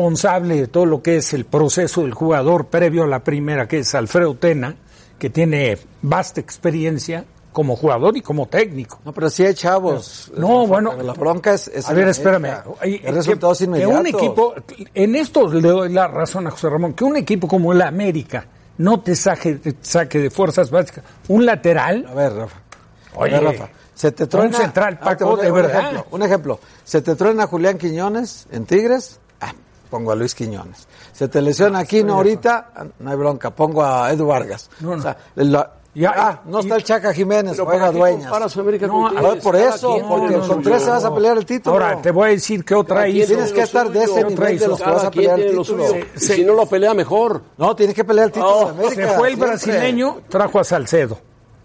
[SPEAKER 3] responsable de todo lo que es el proceso del jugador previo a la primera, que es Alfredo Tena, que tiene vasta experiencia, como jugador y como técnico.
[SPEAKER 4] No, pero sí hay chavos.
[SPEAKER 3] No, bueno.
[SPEAKER 4] La bronca es. es
[SPEAKER 3] a ver,
[SPEAKER 4] inmediata.
[SPEAKER 3] espérame. Ay,
[SPEAKER 4] El resultado es
[SPEAKER 3] que- que
[SPEAKER 4] inmediato.
[SPEAKER 3] un equipo, en esto le doy la razón a José Ramón, que un equipo como el América no te saque, te saque de fuerzas básicas. Un
[SPEAKER 4] A
[SPEAKER 3] lateral,
[SPEAKER 4] ver, Rafa. A
[SPEAKER 3] Oye,
[SPEAKER 4] ver, Rafa. Se te truena.
[SPEAKER 3] un central,
[SPEAKER 4] Ah, te
[SPEAKER 3] Paco,
[SPEAKER 4] voy a-
[SPEAKER 3] de
[SPEAKER 4] un
[SPEAKER 3] verdad.
[SPEAKER 4] Ejemplo, un ejemplo. Se te truena Julián Quiñones en Tigres. Ah, pongo a Luis Quiñones. Se te lesiona aquí, no ahorita. ah, No hay bronca. Pongo a Edu Vargas.
[SPEAKER 3] No, no.
[SPEAKER 4] O sea, la-
[SPEAKER 3] Ya,
[SPEAKER 4] ah, no
[SPEAKER 3] y-
[SPEAKER 4] está el Chaca Jiménez.
[SPEAKER 2] Pero
[SPEAKER 4] Juega
[SPEAKER 2] ¿para qué
[SPEAKER 4] dueñas.
[SPEAKER 2] comparas a América
[SPEAKER 3] No,
[SPEAKER 2] con
[SPEAKER 3] a
[SPEAKER 4] A
[SPEAKER 2] Tigres?
[SPEAKER 4] ver, por
[SPEAKER 2] Cada
[SPEAKER 4] eso,
[SPEAKER 2] quien
[SPEAKER 4] porque
[SPEAKER 2] tiene
[SPEAKER 3] no,
[SPEAKER 2] lo
[SPEAKER 4] con
[SPEAKER 3] no,
[SPEAKER 4] tres
[SPEAKER 3] no,
[SPEAKER 4] se vas a
[SPEAKER 3] no.
[SPEAKER 4] pelear el título.
[SPEAKER 3] ahora te voy a decir que otra
[SPEAKER 2] quien
[SPEAKER 3] hizo.
[SPEAKER 2] tiene
[SPEAKER 4] Tienes que estar de ese
[SPEAKER 3] Otra
[SPEAKER 4] nivel de
[SPEAKER 3] hizo.
[SPEAKER 4] los que
[SPEAKER 2] Cada
[SPEAKER 4] vas a
[SPEAKER 2] quien
[SPEAKER 4] pelear el
[SPEAKER 2] tiene lo
[SPEAKER 4] título.
[SPEAKER 2] suyo.
[SPEAKER 3] Se- se-
[SPEAKER 2] Si no lo pelea mejor.
[SPEAKER 4] No, tienes que pelear el título
[SPEAKER 2] Oh.
[SPEAKER 4] de América.
[SPEAKER 3] Se fue el
[SPEAKER 4] siempre.
[SPEAKER 3] brasileño, trajo a Salcedo.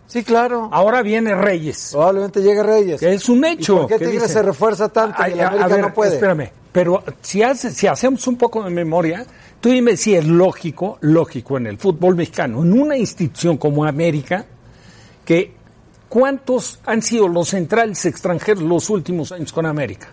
[SPEAKER 4] Sí, claro.
[SPEAKER 3] Ahora viene Reyes.
[SPEAKER 4] Probablemente llegue Reyes.
[SPEAKER 3] que es un hecho.
[SPEAKER 4] ¿Y por qué
[SPEAKER 3] que
[SPEAKER 4] Tigres
[SPEAKER 3] dicen?
[SPEAKER 4] se refuerza tanto y
[SPEAKER 3] Ay,
[SPEAKER 4] el América
[SPEAKER 3] a ver,
[SPEAKER 4] no puede?
[SPEAKER 3] Espérame, pero si, hace- si hacemos un poco de memoria, tú dime si es lógico, lógico en el fútbol mexicano, en una institución como América, que cuántos han sido los centrales extranjeros los últimos años con América.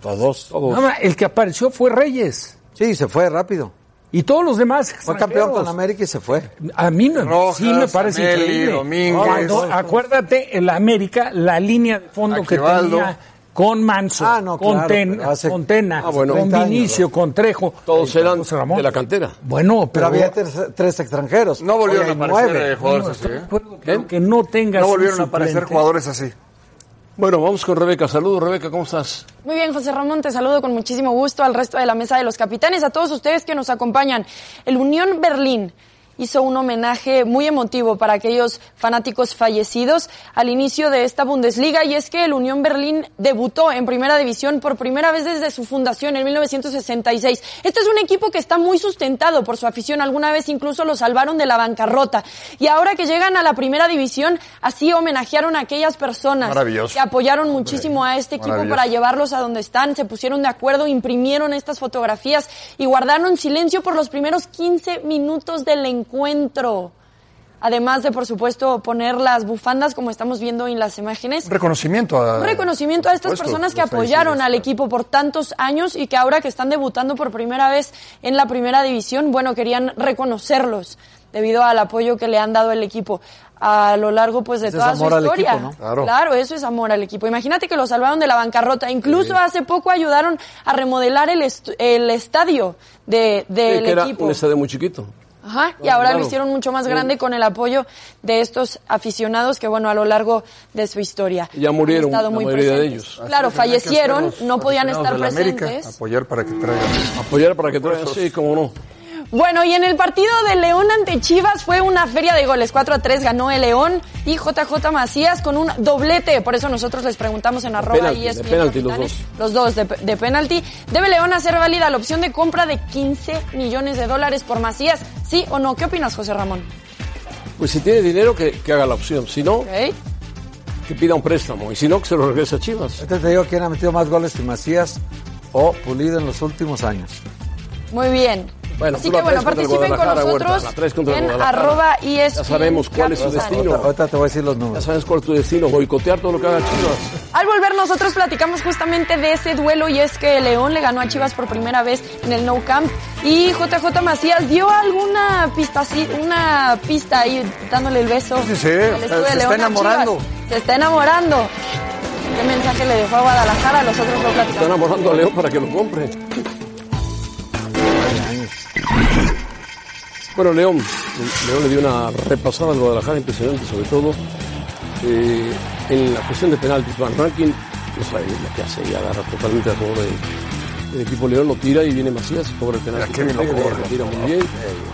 [SPEAKER 4] Todos. Todos.
[SPEAKER 3] Nada más, el que apareció fue Reyes
[SPEAKER 4] Sí, se fue rápido.
[SPEAKER 3] y todos los demás
[SPEAKER 4] Fue campeón con
[SPEAKER 3] extranjeros.
[SPEAKER 4] América y se fue.
[SPEAKER 3] A mí me,
[SPEAKER 5] Rojas,
[SPEAKER 3] sí me parece
[SPEAKER 5] Ameli,
[SPEAKER 3] increíble.
[SPEAKER 5] Domínguez.
[SPEAKER 3] Cuando- acuérdate, en la América, la línea de fondo que
[SPEAKER 5] Aquivaldo.
[SPEAKER 3] tenía con Manso,
[SPEAKER 4] Ah, no,
[SPEAKER 3] con,
[SPEAKER 4] claro,
[SPEAKER 3] Ten-
[SPEAKER 4] pero hace
[SPEAKER 3] con Tena,
[SPEAKER 4] ah, bueno,
[SPEAKER 3] con
[SPEAKER 4] 30 años,
[SPEAKER 3] Vinicio, con Trejo.
[SPEAKER 2] Todos
[SPEAKER 3] Con
[SPEAKER 2] eran
[SPEAKER 3] José Ramón.
[SPEAKER 2] de la cantera.
[SPEAKER 3] Bueno,
[SPEAKER 4] Pero
[SPEAKER 3] pero...
[SPEAKER 4] había tres, tres extranjeros.
[SPEAKER 5] No volvieron
[SPEAKER 4] Hoy
[SPEAKER 5] a
[SPEAKER 4] hay
[SPEAKER 5] aparecer
[SPEAKER 4] nueve.
[SPEAKER 5] eh, jugadores
[SPEAKER 3] no,
[SPEAKER 5] así.
[SPEAKER 3] estoy de
[SPEAKER 5] ¿eh?
[SPEAKER 3] acuerdo que aunque no tengas
[SPEAKER 5] No
[SPEAKER 3] un
[SPEAKER 5] volvieron a aparecer
[SPEAKER 3] suplente,
[SPEAKER 5] jugadores así.
[SPEAKER 2] Bueno, vamos con Rebeca. Saludos, Rebeca, ¿cómo estás?
[SPEAKER 7] Muy bien, José Ramón, te saludo con muchísimo gusto al resto de la mesa de los capitanes, a todos ustedes que nos acompañan. El Unión Berlín hizo un homenaje muy emotivo para aquellos fanáticos fallecidos al inicio de esta Bundesliga y es que el Unión Berlín debutó en Primera División por primera vez desde su fundación en 1966. Este es un equipo que está muy sustentado por su afición, alguna vez incluso lo salvaron de la bancarrota y ahora que llegan a la Primera División así homenajearon a aquellas personas
[SPEAKER 5] Maravilloso.
[SPEAKER 7] que apoyaron muchísimo a este equipo
[SPEAKER 5] Maravilloso.
[SPEAKER 7] para llevar llevarlos a donde están, se pusieron de acuerdo, imprimieron estas fotografías y guardaron silencio por los primeros 15 minutos del encuentro. Además de, por supuesto, poner las bufandas como estamos viendo en las imágenes.
[SPEAKER 5] Un reconocimiento a.
[SPEAKER 7] Un reconocimiento a estas
[SPEAKER 5] Puesto,
[SPEAKER 7] personas que
[SPEAKER 5] los fallecidos,
[SPEAKER 7] apoyaron al
[SPEAKER 5] claro.
[SPEAKER 7] equipo por tantos años y que ahora que están debutando por primera vez en la primera división, bueno, querían reconocerlos debido al apoyo que le han dado el equipo a lo largo pues de
[SPEAKER 4] Ese es
[SPEAKER 7] toda
[SPEAKER 4] amor
[SPEAKER 7] su
[SPEAKER 4] al
[SPEAKER 7] historia.
[SPEAKER 4] equipo, ¿no?
[SPEAKER 5] Claro.
[SPEAKER 7] Claro, eso es amor al equipo. Imagínate que lo salvaron de la bancarrota. Incluso hace poco ayudaron a remodelar el, estu- el estadio de- del
[SPEAKER 2] que era
[SPEAKER 7] equipo.
[SPEAKER 2] un estadio muy chiquito.
[SPEAKER 7] Ajá, y
[SPEAKER 2] Claro,
[SPEAKER 7] ahora
[SPEAKER 2] claro.
[SPEAKER 7] lo hicieron mucho más grande con el apoyo de estos aficionados que, bueno, a lo largo de su historia.
[SPEAKER 2] Ya murieron
[SPEAKER 7] han estado
[SPEAKER 2] la
[SPEAKER 7] muy
[SPEAKER 2] mayoría de
[SPEAKER 7] presentes.
[SPEAKER 2] ellos.
[SPEAKER 7] Claro, fallecieron, no podían estar
[SPEAKER 5] Aficionados de la América,
[SPEAKER 7] presentes.
[SPEAKER 5] apoyar para que traigan.
[SPEAKER 2] Apoyar para que traigan. Sí, cómo no.
[SPEAKER 7] Bueno, y en el partido de León ante Chivas fue una feria de goles. 4 a 3 ganó el León y JJ Macías con un doblete. Por eso nosotros les preguntamos en arroba
[SPEAKER 2] penalti,
[SPEAKER 7] y
[SPEAKER 2] de
[SPEAKER 7] es
[SPEAKER 2] penalti los dos.
[SPEAKER 7] Los dos de, de penalti. ¿Debe León hacer válida la opción de compra de 15 millones de dólares por Macías? ¿Sí o no? ¿Qué opinas, José Ramón?
[SPEAKER 2] Pues si tiene dinero, que, que haga la opción. Si no,
[SPEAKER 7] Ok.
[SPEAKER 2] que pida un préstamo. Y si no, que se lo regrese a Chivas.
[SPEAKER 4] Ahorita te digo quién ha metido más goles que Macías o Pulido en los últimos años.
[SPEAKER 7] Muy bien.
[SPEAKER 2] Bueno,
[SPEAKER 7] Así
[SPEAKER 2] tú la
[SPEAKER 7] que bueno,
[SPEAKER 2] traes contra el
[SPEAKER 7] participen con
[SPEAKER 2] Guadalajara, Huerta.
[SPEAKER 7] nosotros
[SPEAKER 2] La traes contra el
[SPEAKER 7] en
[SPEAKER 2] Guadalajara.
[SPEAKER 7] arroba y es
[SPEAKER 2] Ya sabemos cuál es su
[SPEAKER 7] capital.
[SPEAKER 2] destino.
[SPEAKER 4] Ahorita, ahorita te voy a decir los
[SPEAKER 2] Ya
[SPEAKER 4] números.
[SPEAKER 2] sabes cuál es tu destino, boicotear todo lo que haga Chivas.
[SPEAKER 7] Al volver nosotros platicamos justamente de ese duelo y es que León le ganó a Chivas por primera vez en el No Camp y JJ Macías dio alguna pista así- una pista ahí dándole el beso.
[SPEAKER 5] Sí, sí, o sea,
[SPEAKER 7] al escudo de
[SPEAKER 5] se está
[SPEAKER 7] León a
[SPEAKER 5] enamorando.
[SPEAKER 7] Chivas. Se está enamorando. ¿Qué mensaje le dejó a Guadalajara? Nosotros lo
[SPEAKER 2] Están
[SPEAKER 7] platicamos.
[SPEAKER 2] enamorando a León para que lo compre. Bueno, León, León le dio una repasada al Guadalajara impresionante, sobre todo eh, en la cuestión de penaltis. Van Rankin no sabe lo que hace y agarra totalmente a favor de- del equipo León, lo tira y viene Macías y cobra el penalti.
[SPEAKER 5] Mira, qué bien lo
[SPEAKER 2] Ortega,
[SPEAKER 5] cobra.
[SPEAKER 2] lo tira muy bien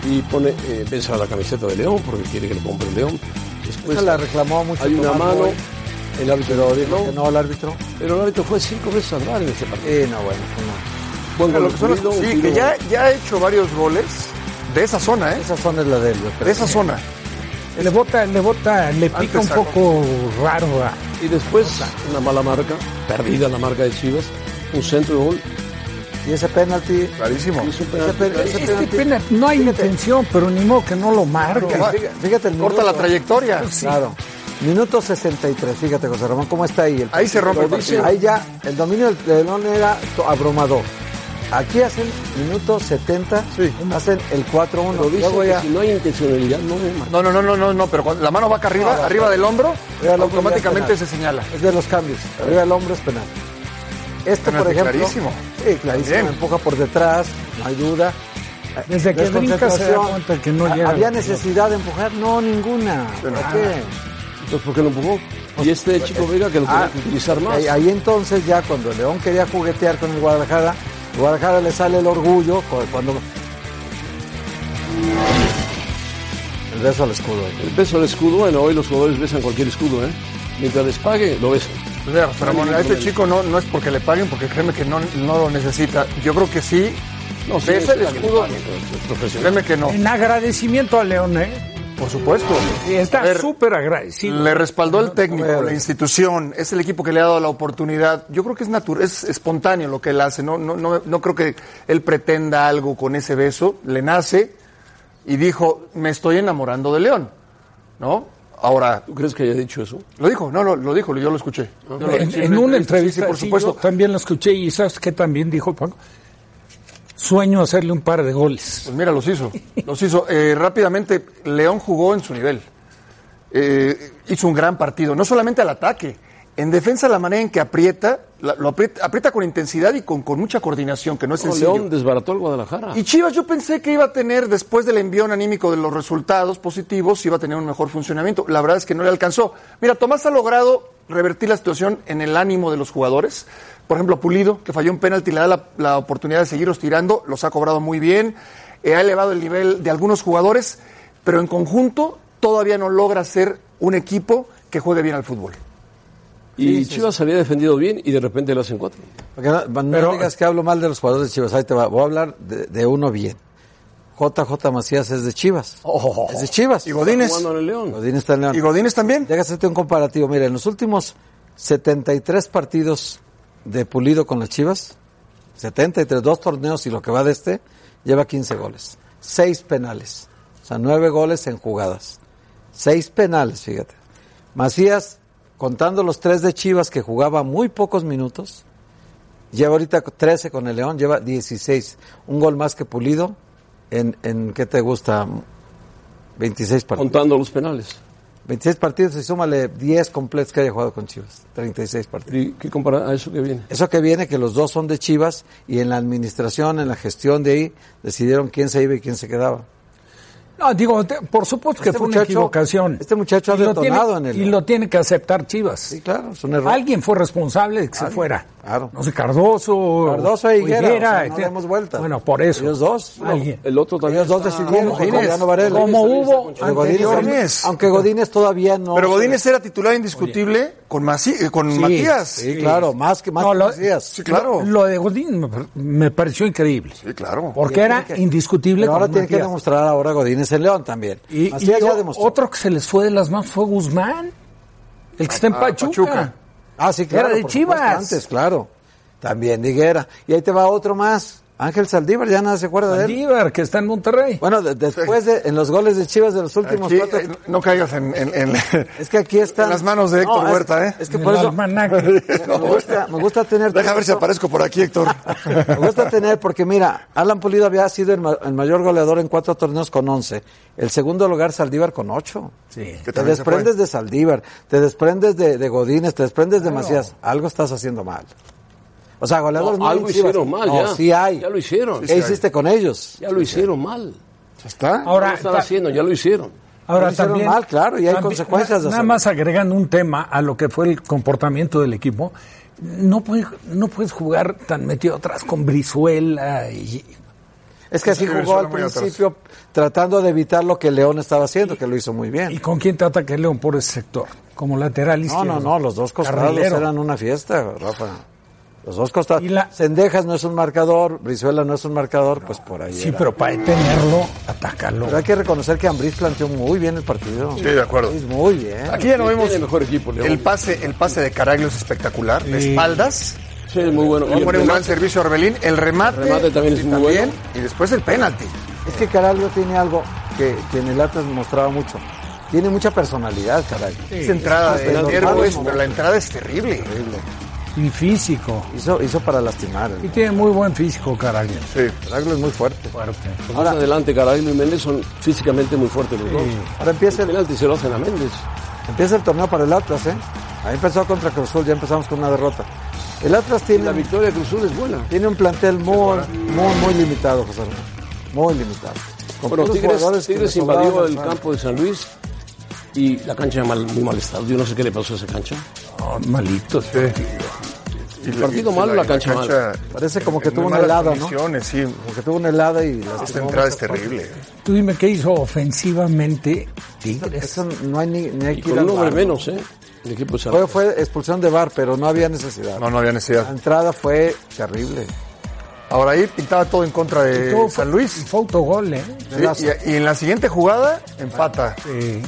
[SPEAKER 2] y pone, eh, besa la camiseta de León porque quiere que lo compre el León. Después
[SPEAKER 4] Esa la reclamó mucho
[SPEAKER 2] hay una
[SPEAKER 4] Tomás
[SPEAKER 2] mano,
[SPEAKER 4] Boy.
[SPEAKER 2] el árbitro
[SPEAKER 4] ¿Que
[SPEAKER 2] no,
[SPEAKER 4] no Eh, el árbitro?
[SPEAKER 2] pero el árbitro fue cinco veces al bar en ese partido.
[SPEAKER 4] Sí, no, bueno. pues no.
[SPEAKER 2] Buen gol
[SPEAKER 5] Pero lo que son
[SPEAKER 2] de Pulido,
[SPEAKER 5] los-
[SPEAKER 2] un
[SPEAKER 5] sí, que
[SPEAKER 2] tiro-
[SPEAKER 5] ya, ya ha hecho varios goles de esa zona, ¿eh?
[SPEAKER 4] Esa zona es la de él. yo creo.
[SPEAKER 5] De esa zona.
[SPEAKER 3] Le bota, le bota, le pica un
[SPEAKER 5] sacó.
[SPEAKER 3] poco raro a...
[SPEAKER 2] Y después una mala marca, perdida la marca de Chivas, un centro de gol.
[SPEAKER 4] Y ese penalti...
[SPEAKER 5] Clarísimo.
[SPEAKER 2] y es un
[SPEAKER 4] Ese,
[SPEAKER 2] penalti.
[SPEAKER 4] pe- ese
[SPEAKER 3] Este
[SPEAKER 4] penalti-
[SPEAKER 3] penal, no hay intención, pero ni modo que no lo marque.
[SPEAKER 5] No,
[SPEAKER 4] Fíjate- Fíjate el
[SPEAKER 5] Corta la
[SPEAKER 4] minuto.
[SPEAKER 5] trayectoria.
[SPEAKER 4] Claro. Minuto 63, fíjate José Ramón, ¿cómo está ahí? El
[SPEAKER 5] Ahí se rompe el partido.
[SPEAKER 4] Ahí ya el dominio del telón era to- abrumador. Aquí hacen minuto 70, hacen el 4-1.
[SPEAKER 2] Pero dice
[SPEAKER 4] Luego
[SPEAKER 2] que
[SPEAKER 4] ya-
[SPEAKER 2] si no hay intencionalidad, no me mata.
[SPEAKER 5] No, no, no, no, no, no, pero cuando la mano va acá arriba,
[SPEAKER 4] No,
[SPEAKER 5] arriba del hombro,
[SPEAKER 4] Arriba del hombro ya
[SPEAKER 5] automáticamente
[SPEAKER 4] es
[SPEAKER 5] se señala.
[SPEAKER 4] Es de los cambios. Arriba del hombro es penal. Este,
[SPEAKER 5] Penal
[SPEAKER 4] por ejemplo.
[SPEAKER 5] clarísimo.
[SPEAKER 4] Sí, clarísimo.
[SPEAKER 5] Bien.
[SPEAKER 4] Empuja por detrás, no hay duda.
[SPEAKER 3] Desde que brinca se da
[SPEAKER 4] Desconcentración.
[SPEAKER 3] cuenta que no
[SPEAKER 4] Ha-
[SPEAKER 3] llega.
[SPEAKER 4] ¿Había necesidad de empujar? No, ninguna. ¿Para qué?
[SPEAKER 2] Entonces, ¿por qué lo empujó? Y este
[SPEAKER 5] Pues, eh,
[SPEAKER 2] chico Vega que lo
[SPEAKER 4] Ah,
[SPEAKER 2] tiene que utilizar más.
[SPEAKER 4] Ahí, ahí entonces ya cuando León quería juguetear con el Guadalajara, el Guadalajara le sale el orgullo cu- cuando... El beso al escudo.
[SPEAKER 2] El peso del escudo, bueno, hoy los jugadores besan cualquier escudo, ¿eh? Mientras les pague, lo besan.
[SPEAKER 5] O sea, Pues Ramón, a este chico no, no es porque le paguen, porque créeme que no, no lo necesita. Yo creo que sí.
[SPEAKER 2] No, sí,
[SPEAKER 5] Besa el
[SPEAKER 2] es-
[SPEAKER 5] escudo.
[SPEAKER 2] es profesional.
[SPEAKER 5] Créeme que no.
[SPEAKER 3] En agradecimiento a León, ¿eh?
[SPEAKER 5] Por supuesto.
[SPEAKER 3] Y
[SPEAKER 5] A
[SPEAKER 3] Está
[SPEAKER 5] ver,
[SPEAKER 3] súper agradecido.
[SPEAKER 5] Le respaldó el
[SPEAKER 4] a
[SPEAKER 5] técnico,
[SPEAKER 4] ver.
[SPEAKER 5] la institución, es el equipo que le ha dado la oportunidad. Yo creo que es natural, es espontáneo lo que él hace. No, no, no, no creo que él pretenda algo con ese beso. Le nace y dijo, me estoy enamorando de León. ¿No? Ahora,
[SPEAKER 2] ¿Tú crees que haya dicho eso?
[SPEAKER 5] lo dijo, no, lo, lo dijo, yo lo escuché. Yo lo
[SPEAKER 3] En,
[SPEAKER 5] escuché
[SPEAKER 3] en una
[SPEAKER 5] sí,
[SPEAKER 3] entrevista,
[SPEAKER 5] por
[SPEAKER 3] sí,
[SPEAKER 5] supuesto.
[SPEAKER 3] yo también lo escuché y ¿sabes qué también dijo Paco? Sueño hacerle un par de goles.
[SPEAKER 5] Pues mira, los hizo. Los hizo. Eh, rápidamente, León jugó en su nivel. Eh, hizo un gran partido. No solamente al ataque. En defensa, la manera en que aprieta, la- lo aprieta, aprieta con intensidad y con, con mucha coordinación, que no es
[SPEAKER 2] No,
[SPEAKER 5] sencillo.
[SPEAKER 2] León desbarató al Guadalajara.
[SPEAKER 5] Y Chivas, yo pensé que iba a tener, después del envión anímico de los resultados positivos, iba a tener un mejor funcionamiento. La verdad es que no le alcanzó. Mira, Tomás ha logrado revertir la situación en el ánimo de los jugadores. Por ejemplo, Pulido, que falló un penalti, le da la, la oportunidad de seguirlos tirando, los ha cobrado muy bien, eh, ha elevado el nivel de algunos jugadores, pero en conjunto todavía no logra ser un equipo que juegue bien al fútbol.
[SPEAKER 2] Y Chivas había defendido bien y de repente le hacen cuatro.
[SPEAKER 5] eh,
[SPEAKER 4] Porque no, no
[SPEAKER 3] Pero-
[SPEAKER 4] digas que hablo mal de los jugadores de Chivas. Ahí te va. Voy a hablar de, de uno bien. JJ Macías es de Chivas. Es de Chivas.
[SPEAKER 5] Oh, Y Godínez.
[SPEAKER 2] Jugando en el León.
[SPEAKER 4] Godín está en León.
[SPEAKER 5] Y Godínez también.
[SPEAKER 4] Déjame hacerte un comparativo. Mira, en los últimos 73 partidos de Pulido con las Chivas, 73, dos torneos y lo que va de este, lleva 15 goles. Seis penales. O sea, nueve goles en jugadas. Seis penales, fíjate. Macías, contando los tres de Chivas que jugaba muy pocos minutos, lleva ahorita 13 con el León, lleva 16. Un gol más que Pulido en, en ¿qué te gusta? 26 partidos.
[SPEAKER 2] Contando los penales.
[SPEAKER 4] 26 partidos y súmale 10 completos que haya jugado con Chivas. 36 partidos.
[SPEAKER 2] ¿Y qué compara a eso que viene?
[SPEAKER 4] Eso que viene que los dos son de Chivas y en la administración, en la gestión de ahí, decidieron quién se iba y quién se quedaba.
[SPEAKER 3] No, digo, te- por supuesto que
[SPEAKER 4] Este
[SPEAKER 3] fue una
[SPEAKER 4] muchacho-
[SPEAKER 3] equivocación.
[SPEAKER 4] este muchacho ha
[SPEAKER 3] Y lo tiene-
[SPEAKER 4] detonado en el-
[SPEAKER 3] Y lo tiene que aceptar Chivas.
[SPEAKER 4] Sí, claro, es un error.
[SPEAKER 3] Alguien fue responsable de que se fuera.
[SPEAKER 4] claro.
[SPEAKER 3] No sé, Cardoso.
[SPEAKER 4] Cardoso e Higuera, o sea, no
[SPEAKER 3] etcétera.
[SPEAKER 4] demos vueltas.
[SPEAKER 3] Bueno, por eso.
[SPEAKER 4] Ellos dos.
[SPEAKER 3] Alguien.
[SPEAKER 2] El otro también.
[SPEAKER 4] Ellos dos
[SPEAKER 2] está-
[SPEAKER 4] decidieron,
[SPEAKER 2] ¿Cómo?
[SPEAKER 4] porque
[SPEAKER 2] Godínez.
[SPEAKER 4] Mariano
[SPEAKER 2] Godínez
[SPEAKER 4] Varela.
[SPEAKER 3] Como
[SPEAKER 2] también está
[SPEAKER 3] hubo
[SPEAKER 2] con Chivas.
[SPEAKER 4] Pero Godínez-
[SPEAKER 5] Anteriores.
[SPEAKER 4] aunque Godínez todavía no.
[SPEAKER 5] Pero Godínez era titular indiscutible con, Mací- eh, con Matías.
[SPEAKER 4] Sí, claro, más que más
[SPEAKER 3] No,
[SPEAKER 4] que
[SPEAKER 3] lo-
[SPEAKER 4] Macías.
[SPEAKER 5] Sí, claro.
[SPEAKER 3] Lo, lo de Godín me, par- me pareció increíble.
[SPEAKER 5] Sí, claro.
[SPEAKER 3] Porque era
[SPEAKER 4] Tiene que-
[SPEAKER 3] indiscutible.
[SPEAKER 4] Pero ahora
[SPEAKER 3] con
[SPEAKER 4] tiene que
[SPEAKER 3] Macías.
[SPEAKER 4] demostrar ahora Godínez en León también.
[SPEAKER 3] Y, y
[SPEAKER 4] Macías ya
[SPEAKER 3] o-
[SPEAKER 4] demostró.
[SPEAKER 3] otro que se les fue de las manos fue Guzmán, el que está en
[SPEAKER 5] Ah,
[SPEAKER 3] Pachuca.
[SPEAKER 5] Pachuca.
[SPEAKER 4] Ah, sí, claro.
[SPEAKER 3] Era de
[SPEAKER 4] por supuesto,
[SPEAKER 3] Chivas.
[SPEAKER 4] Antes, claro. También Higuera. Y ahí te va otro más. Ángel Saldívar, ya nada se acuerda de él.
[SPEAKER 3] Saldívar, que está en Monterrey.
[SPEAKER 4] Bueno, de- después de, en los goles de Chivas de los últimos
[SPEAKER 5] Aquí,
[SPEAKER 4] cuatro.
[SPEAKER 5] eh, no caigas en, en- en-
[SPEAKER 4] Es que aquí están.
[SPEAKER 5] en las manos de Héctor
[SPEAKER 4] No, es-
[SPEAKER 5] Huerta, ¿eh?
[SPEAKER 4] Es que
[SPEAKER 3] En
[SPEAKER 4] por
[SPEAKER 3] el
[SPEAKER 4] eso.
[SPEAKER 3] almanaque.
[SPEAKER 4] Me gusta, me gusta tener.
[SPEAKER 5] Deja ver si aparezco por aquí, Héctor.
[SPEAKER 4] Me gusta tener, porque mira, Alan Pulido había sido el, ma- el mayor goleador en cuatro torneos con once. El segundo lugar, Saldívar con ocho.
[SPEAKER 3] Sí.
[SPEAKER 5] Que
[SPEAKER 4] Te
[SPEAKER 5] también se fue.
[SPEAKER 4] desprendes de Saldívar, te desprendes de, de Godínez, te desprendes de Macías. Algo estás haciendo mal. O sea, goleadores
[SPEAKER 2] No,
[SPEAKER 4] no hay
[SPEAKER 2] algo
[SPEAKER 4] en Chivas.
[SPEAKER 2] hicieron mal,
[SPEAKER 4] No,
[SPEAKER 2] ya.
[SPEAKER 4] sí hay.
[SPEAKER 2] Ya lo hicieron.
[SPEAKER 4] ¿Qué
[SPEAKER 2] Sí, sí
[SPEAKER 4] hiciste con ellos?
[SPEAKER 2] Ya lo hicieron mal.
[SPEAKER 5] ¿Está?
[SPEAKER 2] Ahora,
[SPEAKER 3] Ahora,
[SPEAKER 2] lo están
[SPEAKER 3] ta-
[SPEAKER 2] haciendo, ya lo hicieron.
[SPEAKER 3] ahora
[SPEAKER 4] lo hicieron
[SPEAKER 3] también.
[SPEAKER 4] mal, claro, y hay
[SPEAKER 3] también-
[SPEAKER 4] consecuencias de
[SPEAKER 3] Nada
[SPEAKER 4] hacerlo.
[SPEAKER 3] más agregando un tema a lo que fue el comportamiento del equipo. No puedes, no puedes jugar tan metido atrás con Brizuela y.
[SPEAKER 4] Es que así
[SPEAKER 5] Sí,
[SPEAKER 4] jugó
[SPEAKER 5] Venezuela
[SPEAKER 4] al
[SPEAKER 5] muy atrás.
[SPEAKER 4] principio tratando de evitar lo que León estaba haciendo, que lo hizo muy
[SPEAKER 3] ¿Y
[SPEAKER 4] bien.
[SPEAKER 3] con quién te ataca el León por ese sector? Como lateral
[SPEAKER 4] No,
[SPEAKER 3] izquierdo.
[SPEAKER 4] no, no, los dos costados
[SPEAKER 3] Carrilero.
[SPEAKER 4] eran una fiesta, Rafa. Los dos costados.
[SPEAKER 3] Y la-
[SPEAKER 4] Cendejas no es un marcador, Brizuela no es un marcador, pues por ahí.
[SPEAKER 3] Sí,
[SPEAKER 4] era.
[SPEAKER 3] pero para detenerlo, atácalo.
[SPEAKER 4] Pero hay que reconocer que Ambriz planteó muy bien el partido.
[SPEAKER 5] Sí, de acuerdo.
[SPEAKER 4] Ambriz Muy bien.
[SPEAKER 5] Aquí ya no
[SPEAKER 2] Tiene
[SPEAKER 5] vemos.
[SPEAKER 2] el mejor equipo, León.
[SPEAKER 5] El pase, el pase de Caraglio es espectacular. De espaldas.
[SPEAKER 2] Sí, es muy bueno. Y
[SPEAKER 5] Le
[SPEAKER 2] el
[SPEAKER 5] pone un
[SPEAKER 2] penal-
[SPEAKER 5] gran servicio a Orbelín. El remate.
[SPEAKER 2] El remate también es
[SPEAKER 5] sí,
[SPEAKER 2] muy bueno.
[SPEAKER 5] Y después el penalti.
[SPEAKER 4] Es que Caralho tiene algo que, que en el Atlas mostraba mucho. Tiene mucha personalidad, Caralho.
[SPEAKER 5] Esa entrada
[SPEAKER 4] Es parte de
[SPEAKER 5] de
[SPEAKER 4] los
[SPEAKER 5] Nervo
[SPEAKER 3] este.
[SPEAKER 4] malos
[SPEAKER 5] es, pero la entrada es terrible.
[SPEAKER 3] Y físico.
[SPEAKER 4] Hizo, hizo para lastimar.
[SPEAKER 3] Y tiene muy buen físico, Caraglio.
[SPEAKER 4] Sí, Caraglio es muy fuerte.
[SPEAKER 3] Fuerte.
[SPEAKER 2] Pues más adelante, Caraglio y Méndez son físicamente muy fuertes los dos.
[SPEAKER 4] Ahora empieza
[SPEAKER 2] El
[SPEAKER 4] el,
[SPEAKER 2] penalti se lo hacen a Méndez.
[SPEAKER 4] empieza el torneo para el Atlas, ¿eh? Ahí empezó contra Cruz Azul, ya empezamos con una derrota. El Atlas
[SPEAKER 2] La
[SPEAKER 4] tiene,
[SPEAKER 2] victoria de Cruzul es buena.
[SPEAKER 4] tiene un plantel muy, muy, muy limitado, José Ramón. Muy limitado. Con
[SPEAKER 2] Bueno,
[SPEAKER 4] puros
[SPEAKER 2] Tigres,
[SPEAKER 4] jugadores que
[SPEAKER 2] Tigres
[SPEAKER 4] le sobraban
[SPEAKER 2] invadió
[SPEAKER 4] las
[SPEAKER 2] el
[SPEAKER 4] manos.
[SPEAKER 2] campo de San Luis y la cancha en mal- muy mal estado. Yo no sé qué le pasó a esa cancha.
[SPEAKER 3] No, malito.
[SPEAKER 2] El partido malo, la cancha mala.
[SPEAKER 4] Parece como que
[SPEAKER 5] en
[SPEAKER 4] tuvo
[SPEAKER 5] muy
[SPEAKER 4] una
[SPEAKER 5] malas
[SPEAKER 4] helada, ¿no?
[SPEAKER 5] condiciones, Sí,
[SPEAKER 4] Como que tuvo una helada y las
[SPEAKER 5] esta Este entrada es terrible.
[SPEAKER 3] Tú dime qué hizo ofensivamente Tigres.
[SPEAKER 4] Eso no hay ni, ni hay
[SPEAKER 2] Y
[SPEAKER 4] que ir
[SPEAKER 2] con
[SPEAKER 4] al
[SPEAKER 2] un hombre
[SPEAKER 4] bar.
[SPEAKER 2] menos, ¿eh? El equipo de San
[SPEAKER 4] Fue, fue expulsión de bar, pero no había necesidad.
[SPEAKER 5] No, no había
[SPEAKER 4] La
[SPEAKER 5] necesidad.
[SPEAKER 4] entrada fue terrible.
[SPEAKER 5] Ahora ahí pintaba todo en contra de
[SPEAKER 4] Eh,
[SPEAKER 3] Todo
[SPEAKER 5] San
[SPEAKER 3] fue-
[SPEAKER 5] Luis.
[SPEAKER 3] Fue autogol, ¿eh?
[SPEAKER 5] Sí, y, y en la siguiente jugada, empata.
[SPEAKER 3] Sí.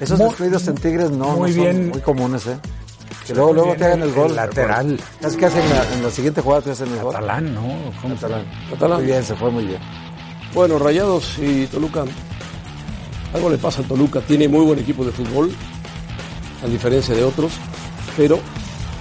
[SPEAKER 4] Esos
[SPEAKER 3] Muy-
[SPEAKER 4] descuidos en Tigres no,
[SPEAKER 3] muy
[SPEAKER 4] no son
[SPEAKER 3] bien.
[SPEAKER 4] muy comunes, ¿eh? Que luego, luego
[SPEAKER 3] bien
[SPEAKER 4] te hagan
[SPEAKER 3] el-
[SPEAKER 4] el gol.
[SPEAKER 3] el lateral.
[SPEAKER 4] Es que hacen la, en la siguiente jugada te hacen el gol.
[SPEAKER 3] Catalán, ¿no? ¿Cómo se llama?
[SPEAKER 2] Catalán.
[SPEAKER 4] Muy bien, se fue muy bien.
[SPEAKER 2] Bueno, Rayados y Toluca. Algo le pasa a Toluca. Tiene muy buen equipo de fútbol, a diferencia de otros, pero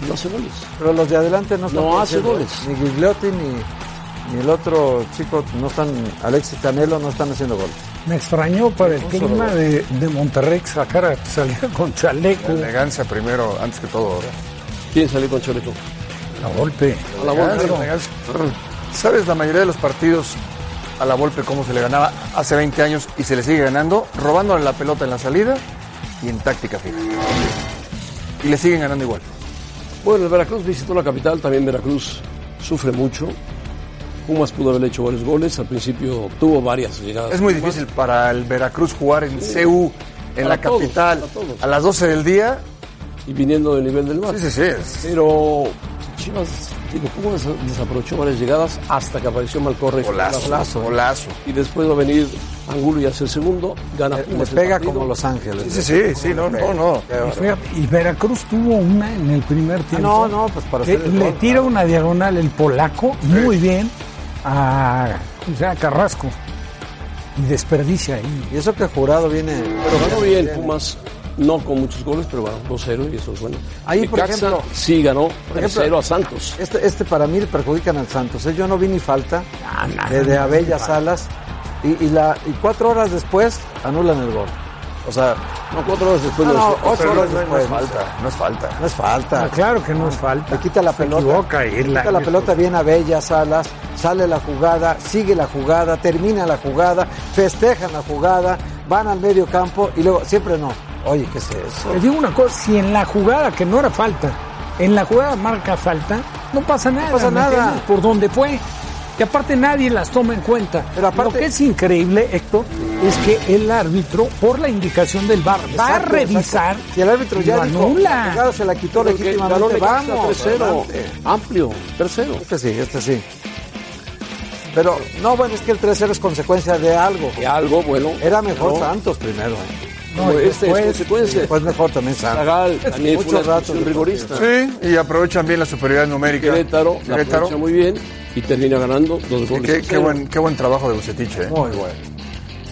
[SPEAKER 2] no hace goles.
[SPEAKER 4] Pero los de adelante no están
[SPEAKER 2] No hace
[SPEAKER 4] produciendo,
[SPEAKER 2] goles.
[SPEAKER 4] ¿eh? Ni Gigliotti ni, ni el otro chico, no están, Alexis Canelo, no están haciendo goles.
[SPEAKER 3] Me extrañó para el clima de, de Monterrey que sacara, saliera con chaleco
[SPEAKER 5] Elegancia primero, antes que todo. ¿verdad?
[SPEAKER 2] ¿Quién salió con Chaleco?
[SPEAKER 3] a golpe.
[SPEAKER 2] A la bola.
[SPEAKER 5] Elegancia, elegancia. ¿Sabes la mayoría de los partidos a la Volpe cómo se le ganaba hace 20 años y se le sigue ganando? Robándole la pelota en la salida y en táctica fija. Y le siguen ganando igual.
[SPEAKER 2] Bueno, el Veracruz visitó la capital, también Veracruz sufre mucho. Pumas pudo haber hecho varios goles, al principio tuvo varias llegadas.
[SPEAKER 5] Es muy difícil para el Veracruz jugar en CU, en
[SPEAKER 2] Para
[SPEAKER 5] la
[SPEAKER 2] todos,
[SPEAKER 5] capital,
[SPEAKER 2] para todos. Ah.
[SPEAKER 5] a las 12 del día.
[SPEAKER 2] Y viniendo del nivel del mar.
[SPEAKER 5] Sí, sí, sí. es-
[SPEAKER 2] Pero Chivas, digo, Pumas desaprovechó varias llegadas hasta que apareció Malcorre.
[SPEAKER 5] Golazo, golazo.
[SPEAKER 2] ¿eh? Y después va a venir Angulo y hace el segundo, gana
[SPEAKER 4] Le
[SPEAKER 2] Pumas. el
[SPEAKER 4] Eh, pega
[SPEAKER 2] partido.
[SPEAKER 4] como Los Ángeles.
[SPEAKER 5] Sí, sí, sí, sí, no, no, no.
[SPEAKER 2] Ah,
[SPEAKER 3] Y, fíjate, y Veracruz tuvo una en el primer tiempo.
[SPEAKER 4] no, no, pues para
[SPEAKER 3] Que
[SPEAKER 4] hacer el
[SPEAKER 3] le
[SPEAKER 4] gol,
[SPEAKER 3] tira
[SPEAKER 4] claro.
[SPEAKER 3] una diagonal el polaco, muy bien, a, o sea, a Carrasco. Y desperdicia ahí.
[SPEAKER 4] Y eso que jurado viene.
[SPEAKER 2] Pero ganó bien Pumas, no con muchos goles, pero ganó 2-0 y eso es bueno.
[SPEAKER 4] Ahí, por
[SPEAKER 2] Necaxa
[SPEAKER 4] ejemplo,
[SPEAKER 2] sí ganó
[SPEAKER 4] por ejemplo,
[SPEAKER 2] 3-0 a Santos.
[SPEAKER 4] Este, este para mí le perjudican al Santos. ¿eh? Yo no vi ni falta de, de Abella Salas. Y, y la, y cuatro horas después anulan el gol. O sea,
[SPEAKER 2] No, cuatro horas después
[SPEAKER 4] no,
[SPEAKER 2] de
[SPEAKER 4] no,
[SPEAKER 2] los-
[SPEAKER 4] ocho horas
[SPEAKER 5] No es
[SPEAKER 4] después. No es falta.
[SPEAKER 5] falta, no es falta.
[SPEAKER 4] No es falta.
[SPEAKER 3] Ah, claro que no es
[SPEAKER 4] Le
[SPEAKER 3] falta.
[SPEAKER 4] quita la pelota.
[SPEAKER 3] equivoca y
[SPEAKER 4] le
[SPEAKER 3] la-
[SPEAKER 4] quita la pelota bien a Bella Salas. Sale la jugada, sigue la jugada, termina la jugada, festejan la jugada, van al medio campo y luego, siempre no. Oye, ¿qué es eso?
[SPEAKER 3] Le digo una cosa, si en la jugada, que no era falta, en la jugada marca falta, no pasa nada.
[SPEAKER 4] pasa
[SPEAKER 3] ¿me
[SPEAKER 4] nada.
[SPEAKER 3] entiendes? Por donde fue. Y aparte nadie las toma en cuenta.
[SPEAKER 4] Pero aparte-
[SPEAKER 3] Lo que es increíble, Héctor, es que el árbitro, por la indicación del VAR, va a
[SPEAKER 4] Exacto,
[SPEAKER 3] revisar
[SPEAKER 4] exacto. Si el árbitro
[SPEAKER 3] y
[SPEAKER 4] ya
[SPEAKER 3] lo
[SPEAKER 4] dijo, la
[SPEAKER 3] anula.
[SPEAKER 4] jugada se la quitó
[SPEAKER 2] Porque ganó
[SPEAKER 4] legítimamente,
[SPEAKER 2] Necaxa
[SPEAKER 4] vamos.
[SPEAKER 2] 3-0,
[SPEAKER 4] adelante.
[SPEAKER 2] amplio, 3-0.
[SPEAKER 4] Este sí, este sí. Pero, no, bueno, es que el 3-0 es consecuencia de algo.
[SPEAKER 2] Y algo bueno.
[SPEAKER 4] Era mejor
[SPEAKER 2] ganó.
[SPEAKER 4] Santos primero. ¿eh?
[SPEAKER 2] No, este es consecuencia.
[SPEAKER 4] Pues mejor también Santos.
[SPEAKER 2] Zagal también fue
[SPEAKER 4] Mucho
[SPEAKER 2] una
[SPEAKER 4] rato
[SPEAKER 2] expulsión
[SPEAKER 4] de
[SPEAKER 2] rigorista.
[SPEAKER 5] Sí, y aprovechan bien la superioridad numérica.
[SPEAKER 2] Querétaro, la
[SPEAKER 5] Querétaro.
[SPEAKER 2] aprovecha muy bien y termina ganando dos
[SPEAKER 5] Y
[SPEAKER 2] goles.
[SPEAKER 5] Qué,
[SPEAKER 2] a
[SPEAKER 5] qué
[SPEAKER 2] cero.
[SPEAKER 5] buen, qué buen trabajo de Bucetich, ¿eh?
[SPEAKER 4] Muy bueno.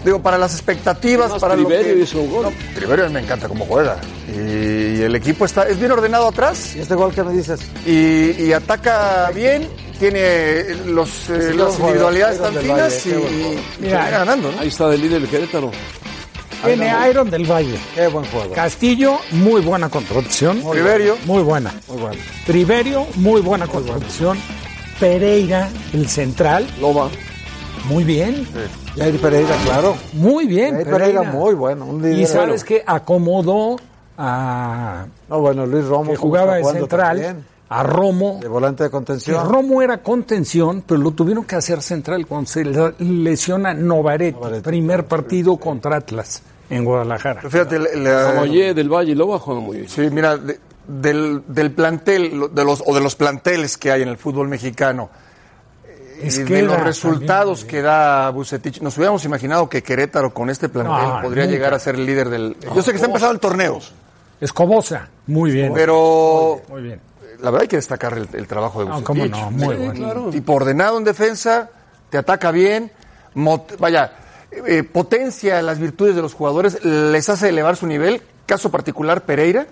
[SPEAKER 5] Digo, para las expectativas,
[SPEAKER 2] Además,
[SPEAKER 5] para
[SPEAKER 2] Triverio
[SPEAKER 5] lo que...
[SPEAKER 2] hizo un gol.
[SPEAKER 5] Triverio a mí me encanta cómo juega. Y, el equipo está... Es bien ordenado atrás
[SPEAKER 4] ¿Y este gol que me dices?
[SPEAKER 5] y, y ataca bien. Tiene los, eh,
[SPEAKER 4] Sí, qué
[SPEAKER 5] las
[SPEAKER 4] buen
[SPEAKER 5] individualidades
[SPEAKER 4] jugador, Iron
[SPEAKER 5] tan
[SPEAKER 4] del
[SPEAKER 5] finas y,
[SPEAKER 4] Valle, qué buen
[SPEAKER 5] y termina ganando, ¿no?
[SPEAKER 2] Ahí está el líder el Querétaro.
[SPEAKER 3] Tiene Iron del Valle.
[SPEAKER 4] Qué buen juego.
[SPEAKER 3] Castillo, muy buena contracción.
[SPEAKER 5] Triverio.
[SPEAKER 3] Muy buena.
[SPEAKER 4] Muy bueno.
[SPEAKER 3] Triverio, muy buena contracción. Pereira, el central,
[SPEAKER 2] Loba.
[SPEAKER 3] muy bien.
[SPEAKER 4] Jair Pereira, claro.
[SPEAKER 3] Muy bien.
[SPEAKER 4] Jair Pereira, muy bueno. Un líder.
[SPEAKER 3] Y sabes que acomodó a
[SPEAKER 4] No, bueno, Luis Romo.
[SPEAKER 3] que
[SPEAKER 4] como
[SPEAKER 3] jugaba
[SPEAKER 4] está
[SPEAKER 3] de
[SPEAKER 4] jugando
[SPEAKER 3] central,
[SPEAKER 4] también,
[SPEAKER 3] a Romo.
[SPEAKER 4] de volante de
[SPEAKER 3] Que
[SPEAKER 4] contención.
[SPEAKER 3] Romo era contención, pero lo tuvieron que hacer central cuando se le- lesiona Novaretti,
[SPEAKER 4] Novaretti.
[SPEAKER 3] primer partido contra Atlas en Guadalajara.
[SPEAKER 5] Pero fíjate, la- la-
[SPEAKER 2] Oye, del Valle y Loba juegan muy bien.
[SPEAKER 5] Sí, mira, de- del, del plantel lo- de los, o de los planteles que hay en el fútbol mexicano, eh,
[SPEAKER 3] Es
[SPEAKER 5] y
[SPEAKER 3] que
[SPEAKER 5] de los
[SPEAKER 3] era
[SPEAKER 5] resultados
[SPEAKER 3] también- eh.
[SPEAKER 5] que da Bucetich, nos hubiéramos imaginado que Querétaro con este plantel
[SPEAKER 3] No,
[SPEAKER 5] podría
[SPEAKER 3] nunca. Oh.
[SPEAKER 5] llegar a ser el líder del... yo sé que está empezando el torneo,
[SPEAKER 3] Escobosa, muy bien.
[SPEAKER 5] pero
[SPEAKER 3] muy bien.
[SPEAKER 5] la verdad hay que destacar el, el trabajo de
[SPEAKER 3] No,
[SPEAKER 5] Bucetich.
[SPEAKER 3] cómo no, muy
[SPEAKER 2] Sí,
[SPEAKER 3] bueno.
[SPEAKER 2] claro.
[SPEAKER 5] Tipo ordenado en defensa, te ataca bien, mot- vaya, eh, potencia las virtudes de los jugadores, les hace elevar su nivel. Caso particular, Pereira,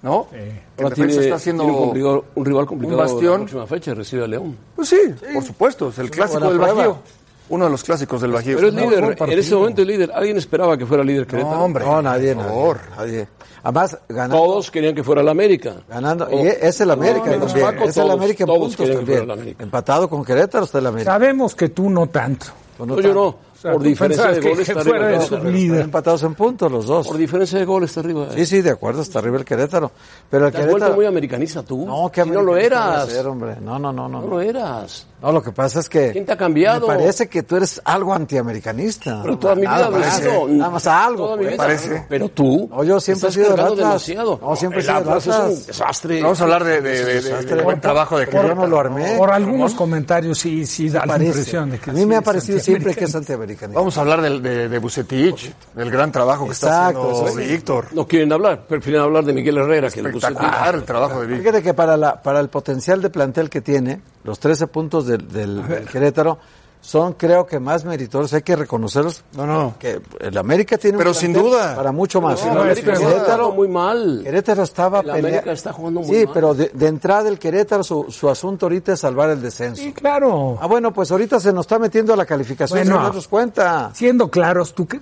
[SPEAKER 5] ¿no? Que
[SPEAKER 2] Ahora
[SPEAKER 5] de repente
[SPEAKER 2] tiene,
[SPEAKER 5] se está haciendo
[SPEAKER 2] tiene un, complicado- un rival complicado
[SPEAKER 5] bastión.
[SPEAKER 2] la próxima fecha, recibe a León.
[SPEAKER 5] Pues sí, por supuesto, es el clásico
[SPEAKER 2] buena
[SPEAKER 5] del
[SPEAKER 2] prueba.
[SPEAKER 5] Bajío. Uno de los clásicos del Bajío.
[SPEAKER 2] Pero es
[SPEAKER 5] No,
[SPEAKER 2] líder,
[SPEAKER 5] buen
[SPEAKER 2] en
[SPEAKER 5] partido.
[SPEAKER 2] ese momento es líder. ¿Alguien esperaba que fuera líder Querétaro?
[SPEAKER 5] No, hombre.
[SPEAKER 4] No, nadie,
[SPEAKER 5] por
[SPEAKER 4] nadie,
[SPEAKER 5] favor.
[SPEAKER 4] nadie. Además, ganando.
[SPEAKER 2] Todos querían que fuera el América.
[SPEAKER 4] ganando. Y e-, es el América
[SPEAKER 2] menos
[SPEAKER 4] también.
[SPEAKER 2] Paco,
[SPEAKER 4] es el
[SPEAKER 2] todos-
[SPEAKER 4] América en
[SPEAKER 2] todos
[SPEAKER 4] puntos
[SPEAKER 2] querían que fuera
[SPEAKER 4] también.
[SPEAKER 2] el América.
[SPEAKER 4] Empatado con Querétaro está el América.
[SPEAKER 3] Sabemos que tú no tanto.
[SPEAKER 4] Pues
[SPEAKER 2] No,
[SPEAKER 4] no
[SPEAKER 2] yo
[SPEAKER 4] tanto.
[SPEAKER 2] no.
[SPEAKER 3] sea,
[SPEAKER 2] por
[SPEAKER 3] tú
[SPEAKER 2] diferencia
[SPEAKER 3] pensabas
[SPEAKER 2] de
[SPEAKER 3] que-
[SPEAKER 2] gol
[SPEAKER 3] que
[SPEAKER 2] está
[SPEAKER 3] fuera
[SPEAKER 2] arriba.
[SPEAKER 3] de
[SPEAKER 2] el
[SPEAKER 3] su
[SPEAKER 2] Querétaro.
[SPEAKER 3] líder.
[SPEAKER 4] Están empatados en puntos los dos.
[SPEAKER 2] Por diferencia de gol está arriba.
[SPEAKER 4] Sí, sí, de acuerdo, está arriba el Querétaro. Pero el
[SPEAKER 2] Te has vuelto
[SPEAKER 4] Querétaro.
[SPEAKER 2] muy americanista tú.
[SPEAKER 4] No, que
[SPEAKER 2] Si no lo eras.
[SPEAKER 4] hombre. No, no, no,
[SPEAKER 2] No
[SPEAKER 4] no. no.
[SPEAKER 2] lo eras.
[SPEAKER 4] No, lo que pasa es que.
[SPEAKER 2] ¿Quién te ha cambiado?
[SPEAKER 4] Me parece que tú eres algo antiamericanista.
[SPEAKER 2] Pero toda mi
[SPEAKER 4] Nada
[SPEAKER 2] vida lo he
[SPEAKER 4] más,
[SPEAKER 2] sido.
[SPEAKER 4] Nada más algo.
[SPEAKER 2] Toda mi
[SPEAKER 4] pues.
[SPEAKER 2] vida.
[SPEAKER 5] parece.
[SPEAKER 2] Pero tú.
[SPEAKER 4] No, yo siempre he
[SPEAKER 2] estás
[SPEAKER 4] sido del
[SPEAKER 2] cargando
[SPEAKER 4] Atlas.
[SPEAKER 2] demasiado.
[SPEAKER 4] No, siempre he
[SPEAKER 2] El
[SPEAKER 4] sido del
[SPEAKER 2] Atlas es un
[SPEAKER 4] Atlas.
[SPEAKER 2] desastre.
[SPEAKER 5] Vamos a hablar de, de- de- de- del buen trabajo de
[SPEAKER 4] Pero yo no
[SPEAKER 5] Querétaro.
[SPEAKER 4] lo armé.
[SPEAKER 3] Por algunos comentarios sí, sí da la
[SPEAKER 4] ¿Eh? Parece.
[SPEAKER 3] impresión de que
[SPEAKER 4] a mí me
[SPEAKER 3] sí
[SPEAKER 4] ha
[SPEAKER 3] es
[SPEAKER 4] parecido siempre que es
[SPEAKER 3] antiamericano.
[SPEAKER 4] antiamericanista.
[SPEAKER 5] Vamos a hablar del- de, de Bucetich, del gran trabajo que
[SPEAKER 4] Exacto,
[SPEAKER 5] está
[SPEAKER 4] eso
[SPEAKER 5] haciendo
[SPEAKER 4] sí.
[SPEAKER 5] Víctor.
[SPEAKER 2] No quieren hablar. Prefieren hablar de Miguel Herrera que de Bucetich.
[SPEAKER 5] Espectacular el trabajo de Víctor.
[SPEAKER 4] Fíjate que para, la, para el potencial de plantel que tiene, los 13 puntos del, del- del Querétaro son, creo que, más meritorios. Hay que reconocerlos.
[SPEAKER 5] No, no.
[SPEAKER 4] Que el América tiene
[SPEAKER 5] Pero
[SPEAKER 4] un plantel
[SPEAKER 5] sin duda.
[SPEAKER 4] Para mucho más.
[SPEAKER 2] No, el América está jugando
[SPEAKER 4] Querétaro,
[SPEAKER 2] muy mal.
[SPEAKER 4] Querétaro estaba
[SPEAKER 2] El América
[SPEAKER 4] pelea-
[SPEAKER 2] está jugando muy
[SPEAKER 4] Sí,
[SPEAKER 2] mal.
[SPEAKER 4] pero de, de entrada el Querétaro, su, su asunto ahorita es salvar el descenso.
[SPEAKER 3] Sí, claro.
[SPEAKER 4] Ah, bueno, pues ahorita se nos está metiendo a la calificación
[SPEAKER 3] Bueno.
[SPEAKER 4] sin darnos cuenta.
[SPEAKER 3] Siendo claros, ¿tú qué-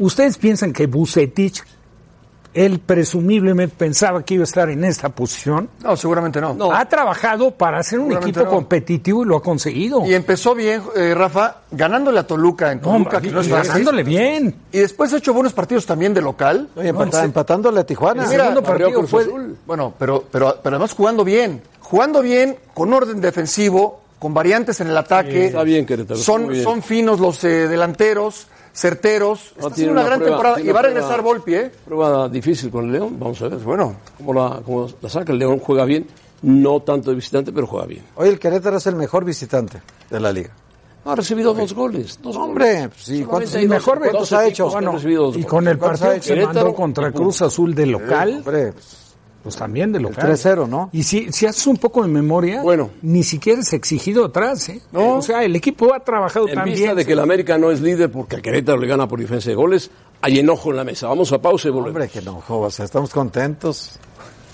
[SPEAKER 3] ¿ustedes piensan que Bucetich, él presumiblemente pensaba que iba a estar en esta posición?
[SPEAKER 5] No, seguramente no.
[SPEAKER 3] Ha trabajado para hacer un
[SPEAKER 5] Seguramente
[SPEAKER 3] equipo
[SPEAKER 5] no.
[SPEAKER 3] competitivo y lo ha conseguido.
[SPEAKER 5] Y empezó bien, eh, Rafa, ganándole a Toluca en
[SPEAKER 3] No, hombre,
[SPEAKER 5] Toluca, que no es
[SPEAKER 3] y
[SPEAKER 5] fácil.
[SPEAKER 3] ganándole bien.
[SPEAKER 5] Y después ha hecho buenos partidos también de local.
[SPEAKER 4] Oye, empata-
[SPEAKER 3] sí.
[SPEAKER 4] empatándole a Tijuana.
[SPEAKER 5] El segundo
[SPEAKER 3] partido
[SPEAKER 4] Abrió Cruz
[SPEAKER 3] fue-
[SPEAKER 4] Azul.
[SPEAKER 5] Bueno, pero, pero, pero además jugando bien. Jugando bien, con orden defensivo, con variantes en el ataque.
[SPEAKER 2] está bien, Querétaro, está muy
[SPEAKER 5] Son,
[SPEAKER 2] bien.
[SPEAKER 5] son finos los eh, delanteros, certeros.
[SPEAKER 2] No, tiene
[SPEAKER 5] Está haciendo una, gran
[SPEAKER 2] prueba,
[SPEAKER 5] temporada.
[SPEAKER 2] tiene
[SPEAKER 5] Y va a
[SPEAKER 2] una
[SPEAKER 5] regresar
[SPEAKER 2] prueba-
[SPEAKER 5] Volpi, ¿eh?
[SPEAKER 2] Prueba difícil con el León. Vamos a ver.
[SPEAKER 5] bueno.
[SPEAKER 2] Cómo la, cómo la saca. El León juega bien. No tanto de visitante, pero juega bien.
[SPEAKER 4] Oye, el Querétaro es el mejor visitante de la liga.
[SPEAKER 2] No, ha recibido dos goles. Dos
[SPEAKER 4] Hombre, pues
[SPEAKER 2] goles.
[SPEAKER 4] sí,
[SPEAKER 2] Solamente
[SPEAKER 4] ¿cuántos-
[SPEAKER 2] hay dos-
[SPEAKER 4] mejor
[SPEAKER 2] dos
[SPEAKER 4] cuántos ha
[SPEAKER 2] equipos
[SPEAKER 4] hecho?
[SPEAKER 2] que han
[SPEAKER 4] Bueno,
[SPEAKER 2] recibido dos
[SPEAKER 3] Y
[SPEAKER 2] goles.
[SPEAKER 3] con el
[SPEAKER 4] ¿Cuántos
[SPEAKER 3] partido
[SPEAKER 4] ha
[SPEAKER 3] que
[SPEAKER 4] hecho?
[SPEAKER 3] se mandó
[SPEAKER 2] Querétaro y
[SPEAKER 3] contra
[SPEAKER 2] Pumas.
[SPEAKER 3] Cruz Azul de local,
[SPEAKER 4] Hombre,
[SPEAKER 3] pues también de local.
[SPEAKER 4] 3-0, ¿no?
[SPEAKER 3] Y si, si haces un poco de memoria,
[SPEAKER 2] Bueno.
[SPEAKER 3] ni siquiera es exigido atrás, ¿eh? O sea, el equipo ha trabajado
[SPEAKER 2] En
[SPEAKER 3] tan
[SPEAKER 2] vista
[SPEAKER 3] bien.
[SPEAKER 2] de que el América no es líder porque al Querétaro le gana por diferencia de goles, hay enojo en la mesa. Vamos a pausa y volvemos.
[SPEAKER 4] hombre, que no, o sea, estamos contentos.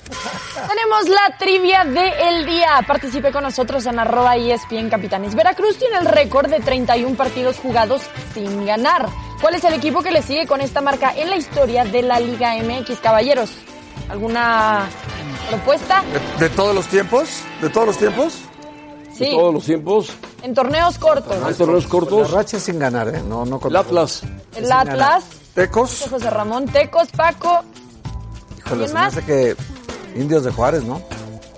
[SPEAKER 7] Tenemos la trivia del día. Participe con nosotros en arroba E ESPN Capitanes. Veracruz tiene el récord de 31 partidos jugados sin ganar. ¿Cuál es el equipo que le sigue con esta marca en la historia de la Liga MX, caballeros? ¿Alguna propuesta?
[SPEAKER 5] ¿De, de todos los tiempos? ¿De todos los tiempos?
[SPEAKER 2] De
[SPEAKER 7] Sí,
[SPEAKER 2] Todos los tiempos,
[SPEAKER 7] en torneos cortos.
[SPEAKER 2] hay torneos
[SPEAKER 4] La
[SPEAKER 2] cortos.
[SPEAKER 4] racha es sin ganar, ¿eh? No, no
[SPEAKER 2] El Atlas,
[SPEAKER 7] El Atlas,
[SPEAKER 5] Tecos.
[SPEAKER 7] José Ramón Tecos, Paco.
[SPEAKER 4] Híjole,
[SPEAKER 7] ¿Quién
[SPEAKER 4] se me
[SPEAKER 7] más?
[SPEAKER 4] hace que Indios de Juárez, ¿no?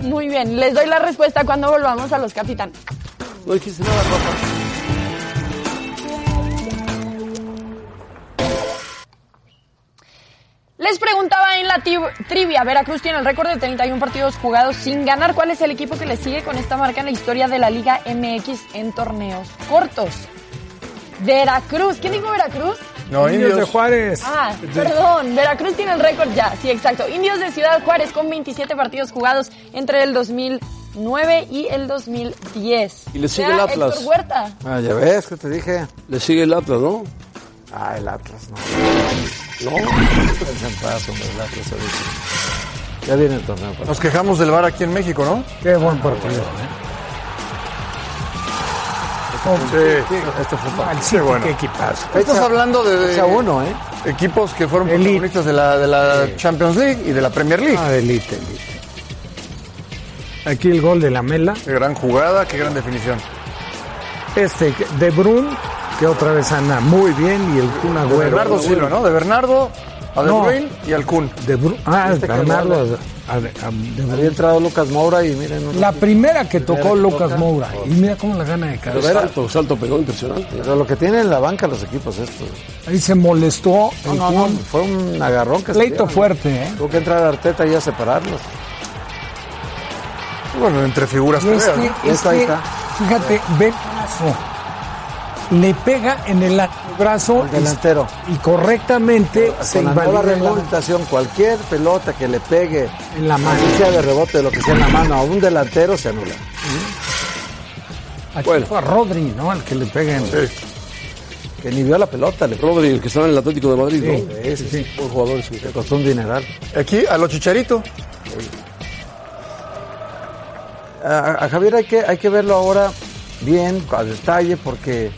[SPEAKER 7] Muy bien, les doy la respuesta cuando volvamos a los capitanes.
[SPEAKER 2] no dijiste nada, Rafa.
[SPEAKER 7] Les preguntaba en la ti- trivia, Veracruz tiene el récord de 31 partidos jugados sin ganar. ¿Cuál es el equipo que le sigue con esta marca en la historia de la Liga MX en torneos cortos? Veracruz, ¿quién dijo Veracruz?
[SPEAKER 5] No,
[SPEAKER 3] Indios de Juárez.
[SPEAKER 7] Ah, perdón, Veracruz tiene el récord ya, sí, exacto. Indios de Ciudad Juárez con 27 partidos jugados entre el 2009 y el 2010.
[SPEAKER 2] Y le sigue
[SPEAKER 7] Ya,
[SPEAKER 2] el Atlas.
[SPEAKER 7] Héctor Huerta.
[SPEAKER 4] Ah, ya ves, que te dije.
[SPEAKER 2] Le sigue el Atlas, ¿no?
[SPEAKER 4] Ah, el Atlas, no.
[SPEAKER 2] No.
[SPEAKER 4] Piensa en paz, hombre, el Atlas ahorita. Ya viene el torneo. pues.
[SPEAKER 5] Nos quejamos del bar aquí en México, ¿no?
[SPEAKER 3] Qué buen partido. ¿eh?
[SPEAKER 5] Sí.
[SPEAKER 4] Este fue
[SPEAKER 3] Al City, qué equipazo.
[SPEAKER 5] Estás hablando de, de
[SPEAKER 4] fecha uno, ¿eh?
[SPEAKER 5] equipos que fueron
[SPEAKER 3] Elite.
[SPEAKER 5] protagonistas de la, de la Champions League y de la Premier League.
[SPEAKER 3] Ah, elite, elite. Aquí el gol de la Mela.
[SPEAKER 5] Qué gran jugada, qué gran definición.
[SPEAKER 3] Este de Brun, que otra vez anda muy bien. Y el Kun
[SPEAKER 5] De
[SPEAKER 3] Agüero.
[SPEAKER 5] Bernardo Silva, ¿no? De Bernardo a De
[SPEAKER 3] No.
[SPEAKER 5] Bruyne y al Kun.
[SPEAKER 3] De Bruyne. Ah,
[SPEAKER 4] Este que
[SPEAKER 3] Bernardo a- a- a- de Bruyne.
[SPEAKER 4] Había entrado Lucas Moura y miren.
[SPEAKER 3] La primera que tocó
[SPEAKER 4] que
[SPEAKER 3] Lucas
[SPEAKER 4] toca.
[SPEAKER 3] Moura. Y mira cómo la gana de
[SPEAKER 2] El
[SPEAKER 3] cabeza.
[SPEAKER 2] salto, salto pegó impresionante.
[SPEAKER 4] Pero lo que tienen en la banca los equipos estos.
[SPEAKER 3] Ahí se molestó
[SPEAKER 4] No,
[SPEAKER 3] el
[SPEAKER 4] no, no,
[SPEAKER 3] Kun.
[SPEAKER 4] fue un agarrón que se
[SPEAKER 3] Pleito
[SPEAKER 4] dieron.
[SPEAKER 3] fuerte, ¿eh?
[SPEAKER 4] Tuvo que entrar Arteta y a separarlos.
[SPEAKER 5] Bueno, entre figuras.
[SPEAKER 3] Y
[SPEAKER 5] peleas,
[SPEAKER 3] este,
[SPEAKER 5] ¿no?
[SPEAKER 4] Ya está, ahí
[SPEAKER 3] este,
[SPEAKER 4] está.
[SPEAKER 3] fíjate, ve el brazo. Le pega en el brazo
[SPEAKER 4] Al delantero.
[SPEAKER 3] y y correctamente se
[SPEAKER 4] Con la nueva
[SPEAKER 3] invalida el gol
[SPEAKER 4] reglamentación, cualquier pelota que le pegue,
[SPEAKER 3] en la mano.
[SPEAKER 4] así sea de rebote, lo que sea en la mano, a un delantero se anula.
[SPEAKER 3] Aquí
[SPEAKER 2] Bueno.
[SPEAKER 3] fue a Rodri, ¿no? Al que le peguen.
[SPEAKER 4] Que ni vio la pelota, le
[SPEAKER 2] Rodri, el que estaba en el Atlético de Madrid, ¿no?
[SPEAKER 4] Sí, sí, sí.
[SPEAKER 2] Buen jugador ese.
[SPEAKER 4] costó un dineral.
[SPEAKER 5] Aquí a lo Chicharito.
[SPEAKER 4] a, a Javier hay que, hay que verlo ahora bien, a detalle, porque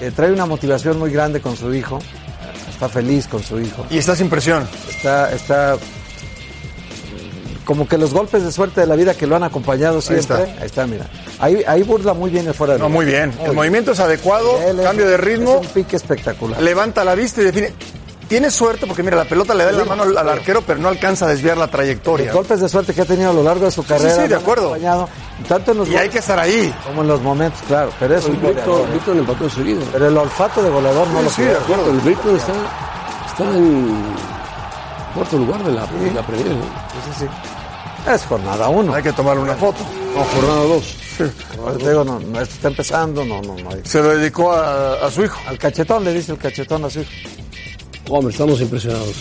[SPEAKER 4] eh, trae una motivación muy grande con su hijo. Está feliz con su hijo.
[SPEAKER 5] Y está sin presión.
[SPEAKER 4] Está, está mm, como que los golpes de suerte de la vida que lo han acompañado siempre. Ahí está, mira. Ahí, ahí burla muy bien el fuera de
[SPEAKER 5] No,
[SPEAKER 4] lugar.
[SPEAKER 5] muy bien. El
[SPEAKER 4] bien.
[SPEAKER 5] movimiento es adecuado,
[SPEAKER 4] Él es-
[SPEAKER 5] cambio de ritmo.
[SPEAKER 4] Es un pique espectacular.
[SPEAKER 5] levanta la vista y define. Tiene suerte porque mira, la pelota le da en la mano al, al arquero, pero no alcanza a desviar la trayectoria.
[SPEAKER 4] Los golpes de suerte que ha tenido a lo largo de su carrera.
[SPEAKER 5] sí, de
[SPEAKER 4] lo han
[SPEAKER 5] acuerdo.
[SPEAKER 4] acompañado, tanto en los
[SPEAKER 5] Y hay que
[SPEAKER 4] goles
[SPEAKER 5] estar ahí.
[SPEAKER 4] como en los momentos, claro. Pero es un
[SPEAKER 2] Víctor,
[SPEAKER 4] goleador, ¿eh?
[SPEAKER 2] Víctor empató seguido.
[SPEAKER 4] Pero el olfato de goleador no lo
[SPEAKER 5] Sí,
[SPEAKER 4] pierde.
[SPEAKER 5] de acuerdo.
[SPEAKER 2] El Víctor está, está en cuarto lugar de la, de la Premier. ¿no?
[SPEAKER 4] Sí, sí. Es jornada uno.
[SPEAKER 5] Hay que tomarle una foto.
[SPEAKER 2] No, jornada 2.
[SPEAKER 4] Ahora te digo, no, no, esto está empezando, no, no, no. hay-
[SPEAKER 5] Se lo dedicó a, a su hijo.
[SPEAKER 4] Al cachetón le dice el cachetón a su hijo.
[SPEAKER 2] Hombre, estamos impresionados.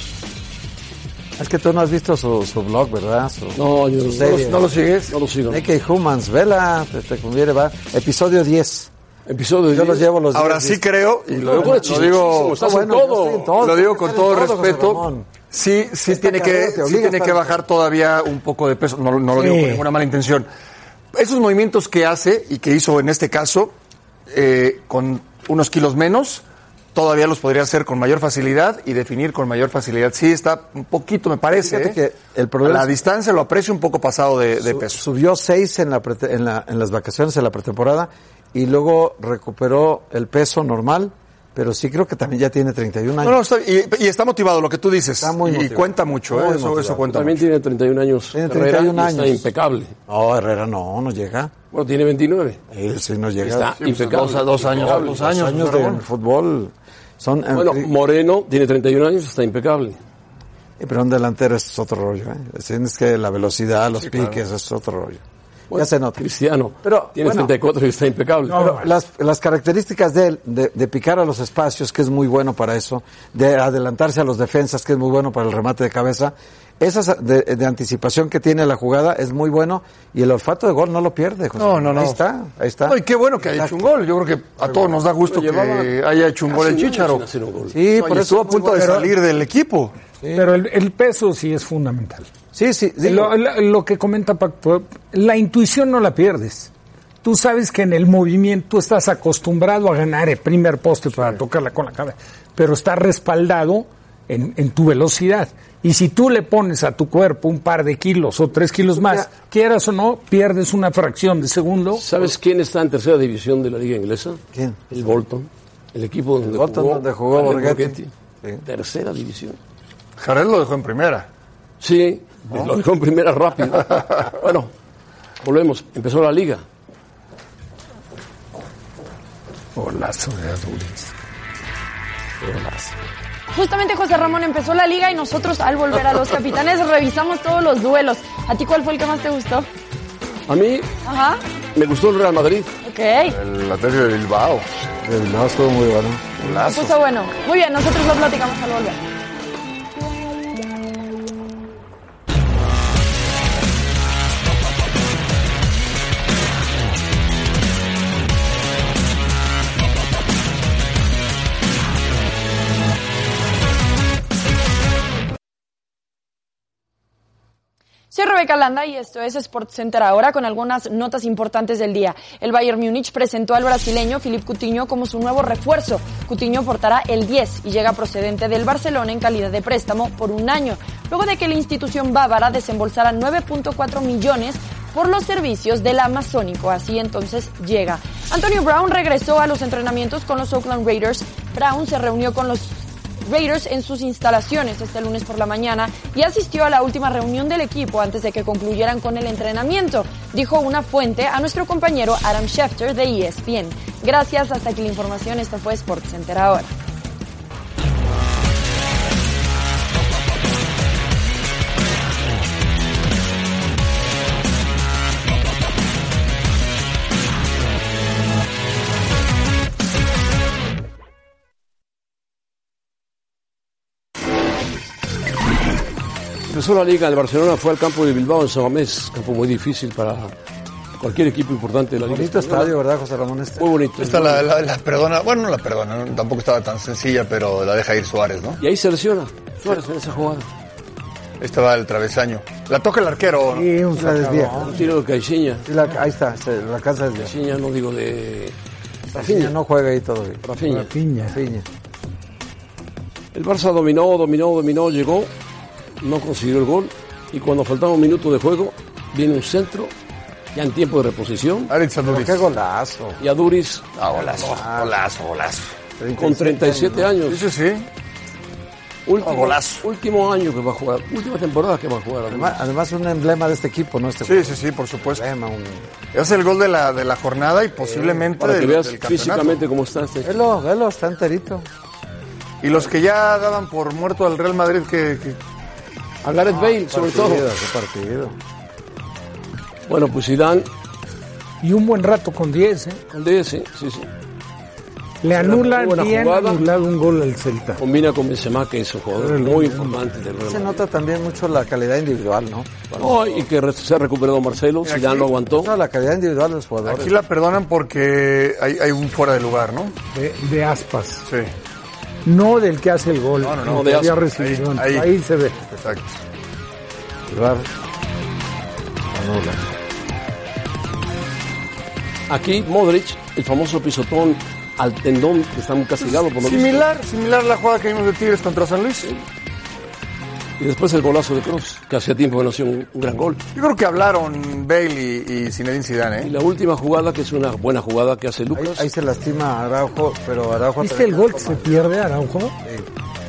[SPEAKER 4] Es que tú no has visto su, su blog, ¿verdad? Su-
[SPEAKER 2] No, yo
[SPEAKER 4] su
[SPEAKER 2] no
[SPEAKER 4] serie.
[SPEAKER 2] los- no los-
[SPEAKER 5] sigues?
[SPEAKER 2] No lo sigo.
[SPEAKER 4] Naked Humans, vela, te, te conviene, va. Episodio 10.
[SPEAKER 2] Episodio
[SPEAKER 4] Yo
[SPEAKER 2] 10.
[SPEAKER 4] los llevo los
[SPEAKER 5] Ahora
[SPEAKER 4] 10,
[SPEAKER 5] sí creo, y lo,
[SPEAKER 2] Luego
[SPEAKER 5] lo
[SPEAKER 2] eres
[SPEAKER 5] digo,
[SPEAKER 2] chistosísimo, estás en
[SPEAKER 4] bueno, yo
[SPEAKER 2] todo.
[SPEAKER 4] estoy en todo.
[SPEAKER 5] lo digo
[SPEAKER 4] Estás
[SPEAKER 5] con
[SPEAKER 4] en
[SPEAKER 5] todo
[SPEAKER 4] José Ramón.
[SPEAKER 5] respeto, sí, sí
[SPEAKER 4] Esta
[SPEAKER 5] tiene
[SPEAKER 4] carrera
[SPEAKER 5] que,
[SPEAKER 4] te obliga
[SPEAKER 5] sí
[SPEAKER 4] a
[SPEAKER 5] tiene
[SPEAKER 4] estar-
[SPEAKER 5] que bajar todavía un poco de peso. No, no lo digo
[SPEAKER 3] Sí.
[SPEAKER 5] con ninguna mala intención. Esos movimientos que hace y que hizo en este caso, eh, con unos kilos menos, todavía los podría hacer con mayor facilidad y definir con mayor facilidad. Sí, está un poquito, me parece.
[SPEAKER 4] Fíjate
[SPEAKER 5] ¿eh?
[SPEAKER 4] que el problema
[SPEAKER 5] A la
[SPEAKER 4] es-
[SPEAKER 5] distancia lo aprecio un poco pasado de, de
[SPEAKER 4] Su-
[SPEAKER 5] peso.
[SPEAKER 4] Subió 6 en, la prete- en, la- en las vacaciones, en la pretemporada, y luego recuperó el peso normal, pero sí creo que también ya tiene 31 años.
[SPEAKER 5] No, no, está- y, y está motivado lo que tú dices.
[SPEAKER 4] Está muy
[SPEAKER 5] y
[SPEAKER 4] motivado.
[SPEAKER 5] cuenta mucho, ¿eh?
[SPEAKER 4] Muy
[SPEAKER 5] eso, eso
[SPEAKER 4] motivado.
[SPEAKER 5] cuenta
[SPEAKER 2] También tiene 31 años.
[SPEAKER 4] Tiene
[SPEAKER 2] Herrera,
[SPEAKER 4] 31
[SPEAKER 2] y Está
[SPEAKER 4] años.
[SPEAKER 2] impecable.
[SPEAKER 4] No, Herrera no, no llega.
[SPEAKER 2] Bueno, tiene 29.
[SPEAKER 4] Él sí no llega.
[SPEAKER 2] Está
[SPEAKER 4] Ah, Sí, pues,
[SPEAKER 2] impecable.
[SPEAKER 5] dos a- dos años,
[SPEAKER 2] Impecable.
[SPEAKER 5] dos
[SPEAKER 4] los
[SPEAKER 5] años.
[SPEAKER 4] años
[SPEAKER 5] pero
[SPEAKER 4] del
[SPEAKER 5] bueno.
[SPEAKER 4] fútbol son... eh,
[SPEAKER 2] Bueno, Moreno tiene 31 años, está impecable.
[SPEAKER 4] eh, pero un delantero es otro rollo, ¿eh? Tienes que la velocidad, los piques, es otro rollo.
[SPEAKER 2] Bueno,
[SPEAKER 4] ya se nota.
[SPEAKER 2] Cristiano
[SPEAKER 4] Pero,
[SPEAKER 2] tiene
[SPEAKER 4] bueno.
[SPEAKER 2] 34 y está impecable.
[SPEAKER 3] No,
[SPEAKER 4] Pero las, las características de él, de, de picar a los espacios, que es muy bueno para eso, de adelantarse a los defensas, que es muy bueno para el remate de cabeza, esas de, de anticipación que tiene la jugada es muy bueno y el olfato de gol no lo pierde. José.
[SPEAKER 5] No, no, no.
[SPEAKER 4] Ahí está, ahí está.
[SPEAKER 5] No, y qué bueno que haya hecho un gol. Yo creo que a todos nos da gusto que
[SPEAKER 2] llevaba
[SPEAKER 5] haya hecho un gol el
[SPEAKER 2] Casi un año
[SPEAKER 5] Chicharo.
[SPEAKER 2] sin hacer un gol.
[SPEAKER 4] Sí,
[SPEAKER 5] No, y
[SPEAKER 4] por eso
[SPEAKER 5] estuvo a
[SPEAKER 4] es muy
[SPEAKER 5] punto de
[SPEAKER 4] bueno.
[SPEAKER 5] salir del equipo.
[SPEAKER 3] Pero el, el peso sí es fundamental.
[SPEAKER 4] Sí, sí, digo,
[SPEAKER 3] Lo, lo- lo que comenta Paco, la intuición no la pierdes. Tú sabes que en el movimiento tú estás acostumbrado a ganar el primer poste para tocarla con la cabeza, pero está respaldado en, en tu velocidad. Y si tú le pones a tu cuerpo un par de kilos o tres kilos más,
[SPEAKER 4] Ya.
[SPEAKER 3] quieras o no, pierdes una fracción de segundo.
[SPEAKER 2] ¿Sabes quién está en tercera división de la liga inglesa?
[SPEAKER 4] ¿Quién?
[SPEAKER 2] El Bolton. El equipo donde
[SPEAKER 4] Bolton
[SPEAKER 2] jugó,
[SPEAKER 4] donde jugó
[SPEAKER 2] Ale
[SPEAKER 4] Borghetti.
[SPEAKER 2] Borghetti. Tercera división.
[SPEAKER 5] Jared lo dejó en primera.
[SPEAKER 2] Sí, lo dejó en primera rápido. bueno, volvemos. Empezó la liga.
[SPEAKER 3] Golazo de Aduriz.
[SPEAKER 7] Justamente José Ramón empezó la liga y nosotros al volver a los capitanes revisamos todos los duelos. ¿A ti cuál fue el que más te gustó?
[SPEAKER 2] A mí
[SPEAKER 7] Ajá,
[SPEAKER 2] me gustó el Real Madrid.
[SPEAKER 7] ok.
[SPEAKER 5] El Atlético de Bilbao.
[SPEAKER 4] el no, estuvo muy bueno.
[SPEAKER 7] Se puso bueno. Muy bien, nosotros lo platicamos al volver. Soy Rebeca Landa y esto es Sports Center ahora con algunas notas importantes del día. El Bayern Múnich presentó al brasileño Philippe Coutinho como su nuevo refuerzo. Coutinho portará el 10 y llega procedente del Barcelona en calidad de préstamo por un año, luego de que la institución bávara desembolsara 9.4 millones por los servicios del Amazónico. Así entonces llega. Antonio Brown regresó a los entrenamientos con los Oakland Raiders. Brown se reunió con los Raiders en sus instalaciones este lunes por la mañana y asistió a la última reunión del equipo antes de que concluyeran con el entrenamiento, dijo una fuente a nuestro compañero Adam Schefter de E ESPN. Gracias, hasta aquí la información, esto fue Sports Center ahora.
[SPEAKER 2] Empezó la liga. El Barcelona fue al campo de Bilbao en San Mamés. Campo muy difícil para cualquier equipo importante de la liga.
[SPEAKER 4] Bonito
[SPEAKER 2] española.
[SPEAKER 4] estadio, ¿verdad, José Ramón? Este?
[SPEAKER 2] Muy bonito.
[SPEAKER 8] Esta la, la- la perdona, bueno, no la perdona, no, tampoco estaba tan sencilla, pero la deja ir Suárez, ¿no?
[SPEAKER 2] Y ahí se lesiona Suárez en esa jugada.
[SPEAKER 5] Estaba el travesaño. La toca el arquero.
[SPEAKER 4] Sí, un
[SPEAKER 5] La desvía.
[SPEAKER 2] Un tiro de Caixinha.
[SPEAKER 4] ahí está, se- la casa es de...
[SPEAKER 2] Caixinha, no digo de.
[SPEAKER 4] Rafinha no juega ahí todavía.
[SPEAKER 2] Rafinha.
[SPEAKER 3] Piña.
[SPEAKER 4] Rafinha.
[SPEAKER 2] El Barça dominó, dominó, dominó, llegó, no consiguió el gol y cuando faltaba un minuto de juego viene un centro, ya en tiempo de reposición,
[SPEAKER 5] Aritz Aduriz.
[SPEAKER 4] Qué golazo.
[SPEAKER 2] y a Duris
[SPEAKER 5] Ah, golazo, golazo, golazo.
[SPEAKER 2] con 37
[SPEAKER 5] Sí,
[SPEAKER 2] años,
[SPEAKER 5] sí, sí.
[SPEAKER 2] último,
[SPEAKER 5] golazo.
[SPEAKER 2] último año que va a jugar, última temporada que va a jugar.
[SPEAKER 4] Además, además un emblema de este equipo, ¿no? Este
[SPEAKER 5] Sí, sí, sí, por supuesto.
[SPEAKER 4] emblema, un...
[SPEAKER 5] Es el gol de la, de la jornada y posiblemente
[SPEAKER 2] Para que
[SPEAKER 5] del-
[SPEAKER 2] veas
[SPEAKER 5] del campeonato.
[SPEAKER 2] físicamente cómo está este.
[SPEAKER 4] Velo, velo, está enterito.
[SPEAKER 5] Y los que ya daban por muerto al Real Madrid, que, que-
[SPEAKER 2] A Gareth Bale, sobre
[SPEAKER 5] Oh.
[SPEAKER 2] todo.
[SPEAKER 4] Partido, qué partido.
[SPEAKER 2] Bueno, pues Zidane,
[SPEAKER 3] Y un buen rato con 10, ¿eh?
[SPEAKER 2] el DS, sí, sí.
[SPEAKER 3] Le anulan
[SPEAKER 2] buena
[SPEAKER 3] bien
[SPEAKER 2] jugada.
[SPEAKER 3] anulado un gol al Celta.
[SPEAKER 2] Combina con Benzema, que es un jugador muy importante del Real
[SPEAKER 4] Se
[SPEAKER 2] Madrid.
[SPEAKER 4] nota también mucho la calidad individual, ¿no?
[SPEAKER 2] Oh, y que re- se ha recuperado Marcelo, Zidane lo aguantó.
[SPEAKER 4] No, la calidad individual de los jugadores.
[SPEAKER 5] aquí la perdonan porque hay, hay un fuera de lugar, ¿no?
[SPEAKER 3] De, de aspas.
[SPEAKER 5] Sí,
[SPEAKER 3] No del que hace el gol.
[SPEAKER 5] No, no, no,
[SPEAKER 3] del
[SPEAKER 2] de
[SPEAKER 3] que había
[SPEAKER 2] aspas.
[SPEAKER 3] recibido
[SPEAKER 5] Ahí,
[SPEAKER 3] antes.
[SPEAKER 5] ahí.
[SPEAKER 3] ahí. se ve.
[SPEAKER 5] exacto.
[SPEAKER 4] El VAR anula.
[SPEAKER 2] Aquí Modric, el famoso pisotón al tendón, que está muy castigado por lo visto.
[SPEAKER 5] Similar, similar a la jugada que vimos de Tigres contra San Luis.
[SPEAKER 2] Y después el golazo de Cruz, que hacía tiempo que no hacía un, un gran gol.
[SPEAKER 5] Yo creo que hablaron Bale y, y Zinedine Zidane,
[SPEAKER 2] Y
[SPEAKER 5] ¿eh?
[SPEAKER 2] la última jugada, que es una buena jugada que hace
[SPEAKER 4] Ahí,
[SPEAKER 2] Lucas.
[SPEAKER 4] ahí se lastima Araujo, pero Araujo...
[SPEAKER 3] ¿Viste el gol que se pierde Araujo?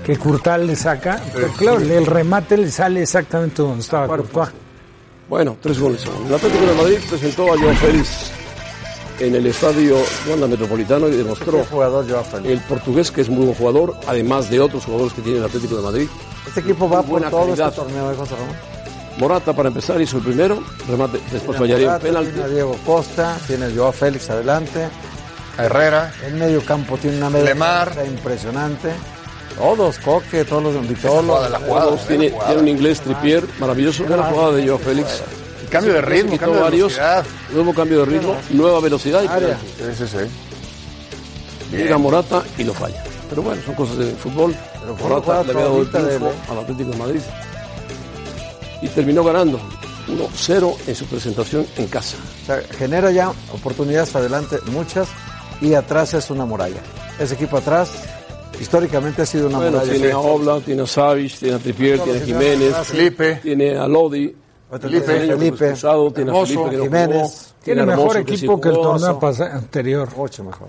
[SPEAKER 3] Que Curtal le saca. Pero claro, el remate le sale exactamente donde estaba Courtois.
[SPEAKER 2] Bueno, tres goles. El Atlético de Madrid presentó a Joao Félix en el estadio Wanda Metropolitano y demostró
[SPEAKER 4] Otro jugador Joao Félix.
[SPEAKER 2] el portugués, que es muy buen jugador, además de otros jugadores que tiene el Atlético de Madrid.
[SPEAKER 4] Este equipo va por
[SPEAKER 2] buena
[SPEAKER 4] todo
[SPEAKER 2] calidad.
[SPEAKER 4] este torneo, ¿eh, José Ramón?
[SPEAKER 2] Morata, para empezar, hizo el primero, remate, después fallaría el
[SPEAKER 4] Morata,
[SPEAKER 2] penalti.
[SPEAKER 4] Tiene a Diego Costa, tiene a Joao Félix adelante.
[SPEAKER 5] Herrera.
[SPEAKER 4] El medio campo tiene una media
[SPEAKER 5] Lemar.
[SPEAKER 4] cancha impresionante. Todos, Coque, todos los Vitolo.
[SPEAKER 5] la jugada.
[SPEAKER 2] Todos tiene, tiene un inglés tripier maravilloso. Gran jugada de Joao Félix.
[SPEAKER 5] Cambio de ritmo,
[SPEAKER 2] Quitó
[SPEAKER 5] cambio de
[SPEAKER 2] varios.
[SPEAKER 5] velocidad.
[SPEAKER 2] Nuevo cambio de ritmo, nueva velocidad. Y
[SPEAKER 4] Área.
[SPEAKER 2] penalti.
[SPEAKER 5] Sí, sí, sí.
[SPEAKER 2] llega Morata y lo falla. Pero bueno, son cosas del fútbol.
[SPEAKER 4] Pero fue una
[SPEAKER 2] Morata
[SPEAKER 4] jugada
[SPEAKER 2] le había dado el
[SPEAKER 4] todita de
[SPEAKER 2] triunfo al Atlético de Madrid. Y terminó ganando 1-0 en su presentación en casa.
[SPEAKER 4] O sea, genera ya oportunidades adelante, muchas, y atrás es una muralla. Ese equipo atrás, históricamente ha sido una
[SPEAKER 2] Bueno,
[SPEAKER 4] muralla.
[SPEAKER 2] tiene a Obla, tiene a Savic, tiene a Tripier, tiene a
[SPEAKER 4] que se
[SPEAKER 2] Jiménez,
[SPEAKER 4] llama
[SPEAKER 5] Felipe.
[SPEAKER 2] tiene a Lodi.
[SPEAKER 4] Otro
[SPEAKER 2] Felipe,
[SPEAKER 4] brasileño,
[SPEAKER 2] Felipe,
[SPEAKER 4] Felipe.
[SPEAKER 2] expulsado, tiene a
[SPEAKER 5] Hermoso,
[SPEAKER 2] Felipe que no
[SPEAKER 4] Jiménez.
[SPEAKER 2] jugó,
[SPEAKER 3] Tiene
[SPEAKER 2] a
[SPEAKER 3] mejor
[SPEAKER 2] Hermoso sí
[SPEAKER 3] equipo que el
[SPEAKER 2] jugó.
[SPEAKER 3] torneo pasa- anterior.
[SPEAKER 4] Mucho mejor.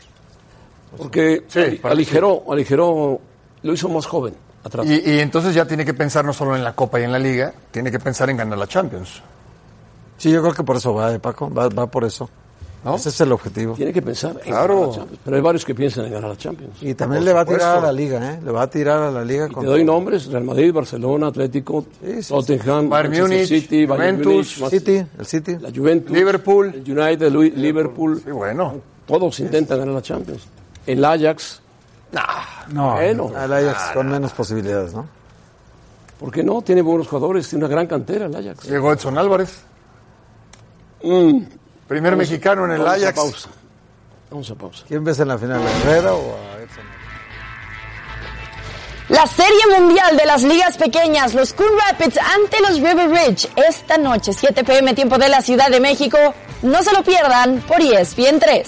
[SPEAKER 2] Porque
[SPEAKER 5] Sí,
[SPEAKER 2] ali-
[SPEAKER 5] para-
[SPEAKER 2] aligeró, aligeró, lo hizo más joven atrás.
[SPEAKER 5] Y, y entonces ya tiene que pensar no solo en la Copa y en la Liga, tiene que pensar en ganar la Champions.
[SPEAKER 4] Sí, yo creo que por eso va, eh, Paco, va, va por eso. Ese es el objetivo.
[SPEAKER 2] Tiene que pensar en
[SPEAKER 5] Claro.
[SPEAKER 2] ganar la Champions. Pero hay varios que piensan en ganar la Champions.
[SPEAKER 4] Y también le va a tirar a la liga, ¿eh? Le va a tirar a la liga
[SPEAKER 2] Te
[SPEAKER 4] con
[SPEAKER 2] doy nombres, Real Madrid, Barcelona, Atlético,
[SPEAKER 4] Sí, sí,
[SPEAKER 2] Tottenham,
[SPEAKER 5] Bayern
[SPEAKER 2] Manchester
[SPEAKER 5] Múnich,
[SPEAKER 2] City, Bayern
[SPEAKER 5] Juventus,
[SPEAKER 2] Múnich, Mas-
[SPEAKER 4] City, el City.
[SPEAKER 2] la Juventus,
[SPEAKER 5] Liverpool.
[SPEAKER 2] el United, Lu- Liverpool,
[SPEAKER 5] Sí, bueno.
[SPEAKER 2] todos intentan ganar la Champions. El Ajax,
[SPEAKER 3] No.
[SPEAKER 2] bueno,
[SPEAKER 4] Al
[SPEAKER 2] Ah,
[SPEAKER 4] Ajax con menos posibilidades, ¿no?
[SPEAKER 2] ¿por qué no? Tiene buenos jugadores, tiene una gran cantera el Ajax.
[SPEAKER 5] Llegó Edson Álvarez. Primer mexicano en el
[SPEAKER 2] Vamos a
[SPEAKER 5] Ajax.
[SPEAKER 2] pausa. Vamos a pausa.
[SPEAKER 4] ¿Quién ves en la final? ¿A Herrera o a Edson?
[SPEAKER 7] La Serie Mundial de las Ligas Pequeñas, los Cool Rapids ante los River Ridge, esta noche, 7 pm, tiempo de la Ciudad de México. No se lo pierdan por E ESPN 3.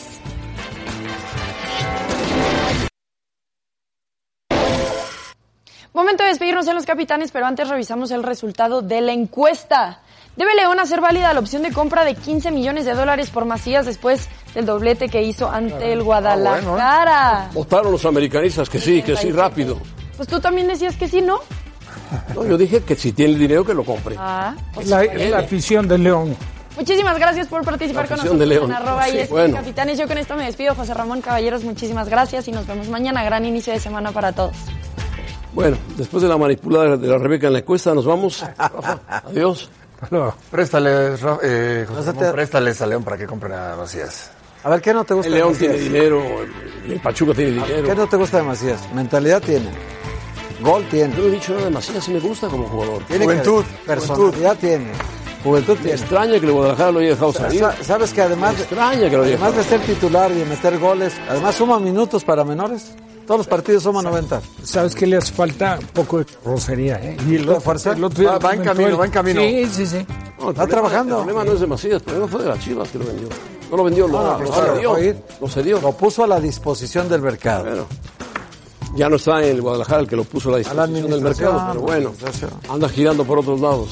[SPEAKER 7] Momento de despedirnos en los capitanes, pero antes revisamos el resultado de la encuesta. ¿Debe León hacer válida la opción de compra de 15 millones de dólares por Macías después del doblete que hizo ante el Guadalajara?
[SPEAKER 2] Votaron los americanistas que sí, que sí, rápido.
[SPEAKER 7] Pues tú también decías que sí, ¿no?
[SPEAKER 2] No, yo dije que si tiene el dinero que lo compre.
[SPEAKER 7] Ah.
[SPEAKER 3] La, la afición de León.
[SPEAKER 7] Muchísimas gracias por participar
[SPEAKER 2] La
[SPEAKER 7] con
[SPEAKER 2] afición
[SPEAKER 7] nosotros
[SPEAKER 2] de
[SPEAKER 7] en
[SPEAKER 2] León.
[SPEAKER 7] arroba
[SPEAKER 2] Sí,
[SPEAKER 7] y
[SPEAKER 2] bueno.
[SPEAKER 7] capitanes. Yo con esto me despido. José Ramón Caballeros, muchísimas gracias y nos vemos mañana. Gran inicio de semana para todos.
[SPEAKER 2] Bueno, después de la manipulada de la Rebeca en la encuesta, nos vamos. Rafa, adiós.
[SPEAKER 3] No.
[SPEAKER 5] Préstales, Ra- eh, José
[SPEAKER 4] No se
[SPEAKER 5] Ramón,
[SPEAKER 4] te-
[SPEAKER 5] préstales a León para que compren a Macías.
[SPEAKER 4] A ver, ¿qué no te gusta
[SPEAKER 2] El
[SPEAKER 4] de
[SPEAKER 2] León
[SPEAKER 4] Macías?
[SPEAKER 2] tiene dinero, el- el Pachuca tiene
[SPEAKER 4] ¿Qué
[SPEAKER 2] dinero.
[SPEAKER 4] no te gusta de Macías? Mentalidad tiene. Gol tiene.
[SPEAKER 2] Yo no he dicho nada de Macías, sí me gusta como jugador.
[SPEAKER 4] Tiene
[SPEAKER 5] Juventud,
[SPEAKER 4] calidad, Personalidad tiene. Juventud
[SPEAKER 2] Me
[SPEAKER 4] tiene.
[SPEAKER 2] extraña que el Guadalajara lo haya dejado salir.
[SPEAKER 4] Sa- Sabes que además,
[SPEAKER 2] Me extraña que lo haya
[SPEAKER 4] además de ser titular y de meter goles, además suma minutos para menores. Todos los partidos suman 90.
[SPEAKER 3] ¿Sabes qué le hace falta? Un poco de rosería, ¿eh? Y el
[SPEAKER 4] ¿La
[SPEAKER 3] otro,
[SPEAKER 4] fuerza?
[SPEAKER 3] el otro día
[SPEAKER 5] Va- va en
[SPEAKER 3] comentó
[SPEAKER 5] camino,
[SPEAKER 3] él.
[SPEAKER 5] va en camino.
[SPEAKER 3] Sí, sí,
[SPEAKER 2] No,
[SPEAKER 3] sí.
[SPEAKER 2] el
[SPEAKER 4] Está
[SPEAKER 2] problema-
[SPEAKER 4] trabajando.
[SPEAKER 2] El problema no es de Macías, el problema fue de las Chivas que lo vendió. No lo vendió, lo, lo
[SPEAKER 4] No, no, no,
[SPEAKER 2] cedió.
[SPEAKER 4] dejó ir.
[SPEAKER 2] Lo cedió.
[SPEAKER 4] Lo puso a la disposición del mercado.
[SPEAKER 2] Bueno, ya no está en el Guadalajara el que lo puso a la
[SPEAKER 4] la
[SPEAKER 2] disposición del
[SPEAKER 4] administración,
[SPEAKER 2] mercado, pero bueno,
[SPEAKER 4] administración.
[SPEAKER 2] anda girando por otros lados.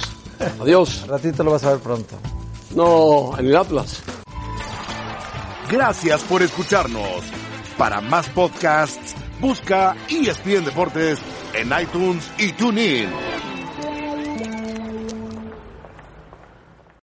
[SPEAKER 2] Adiós.
[SPEAKER 4] Al ratito lo vas a ver pronto.
[SPEAKER 2] No, en el Atlas.
[SPEAKER 1] Gracias por escucharnos. Para más podcasts, busca ESPN Deportes en iTunes y TuneIn.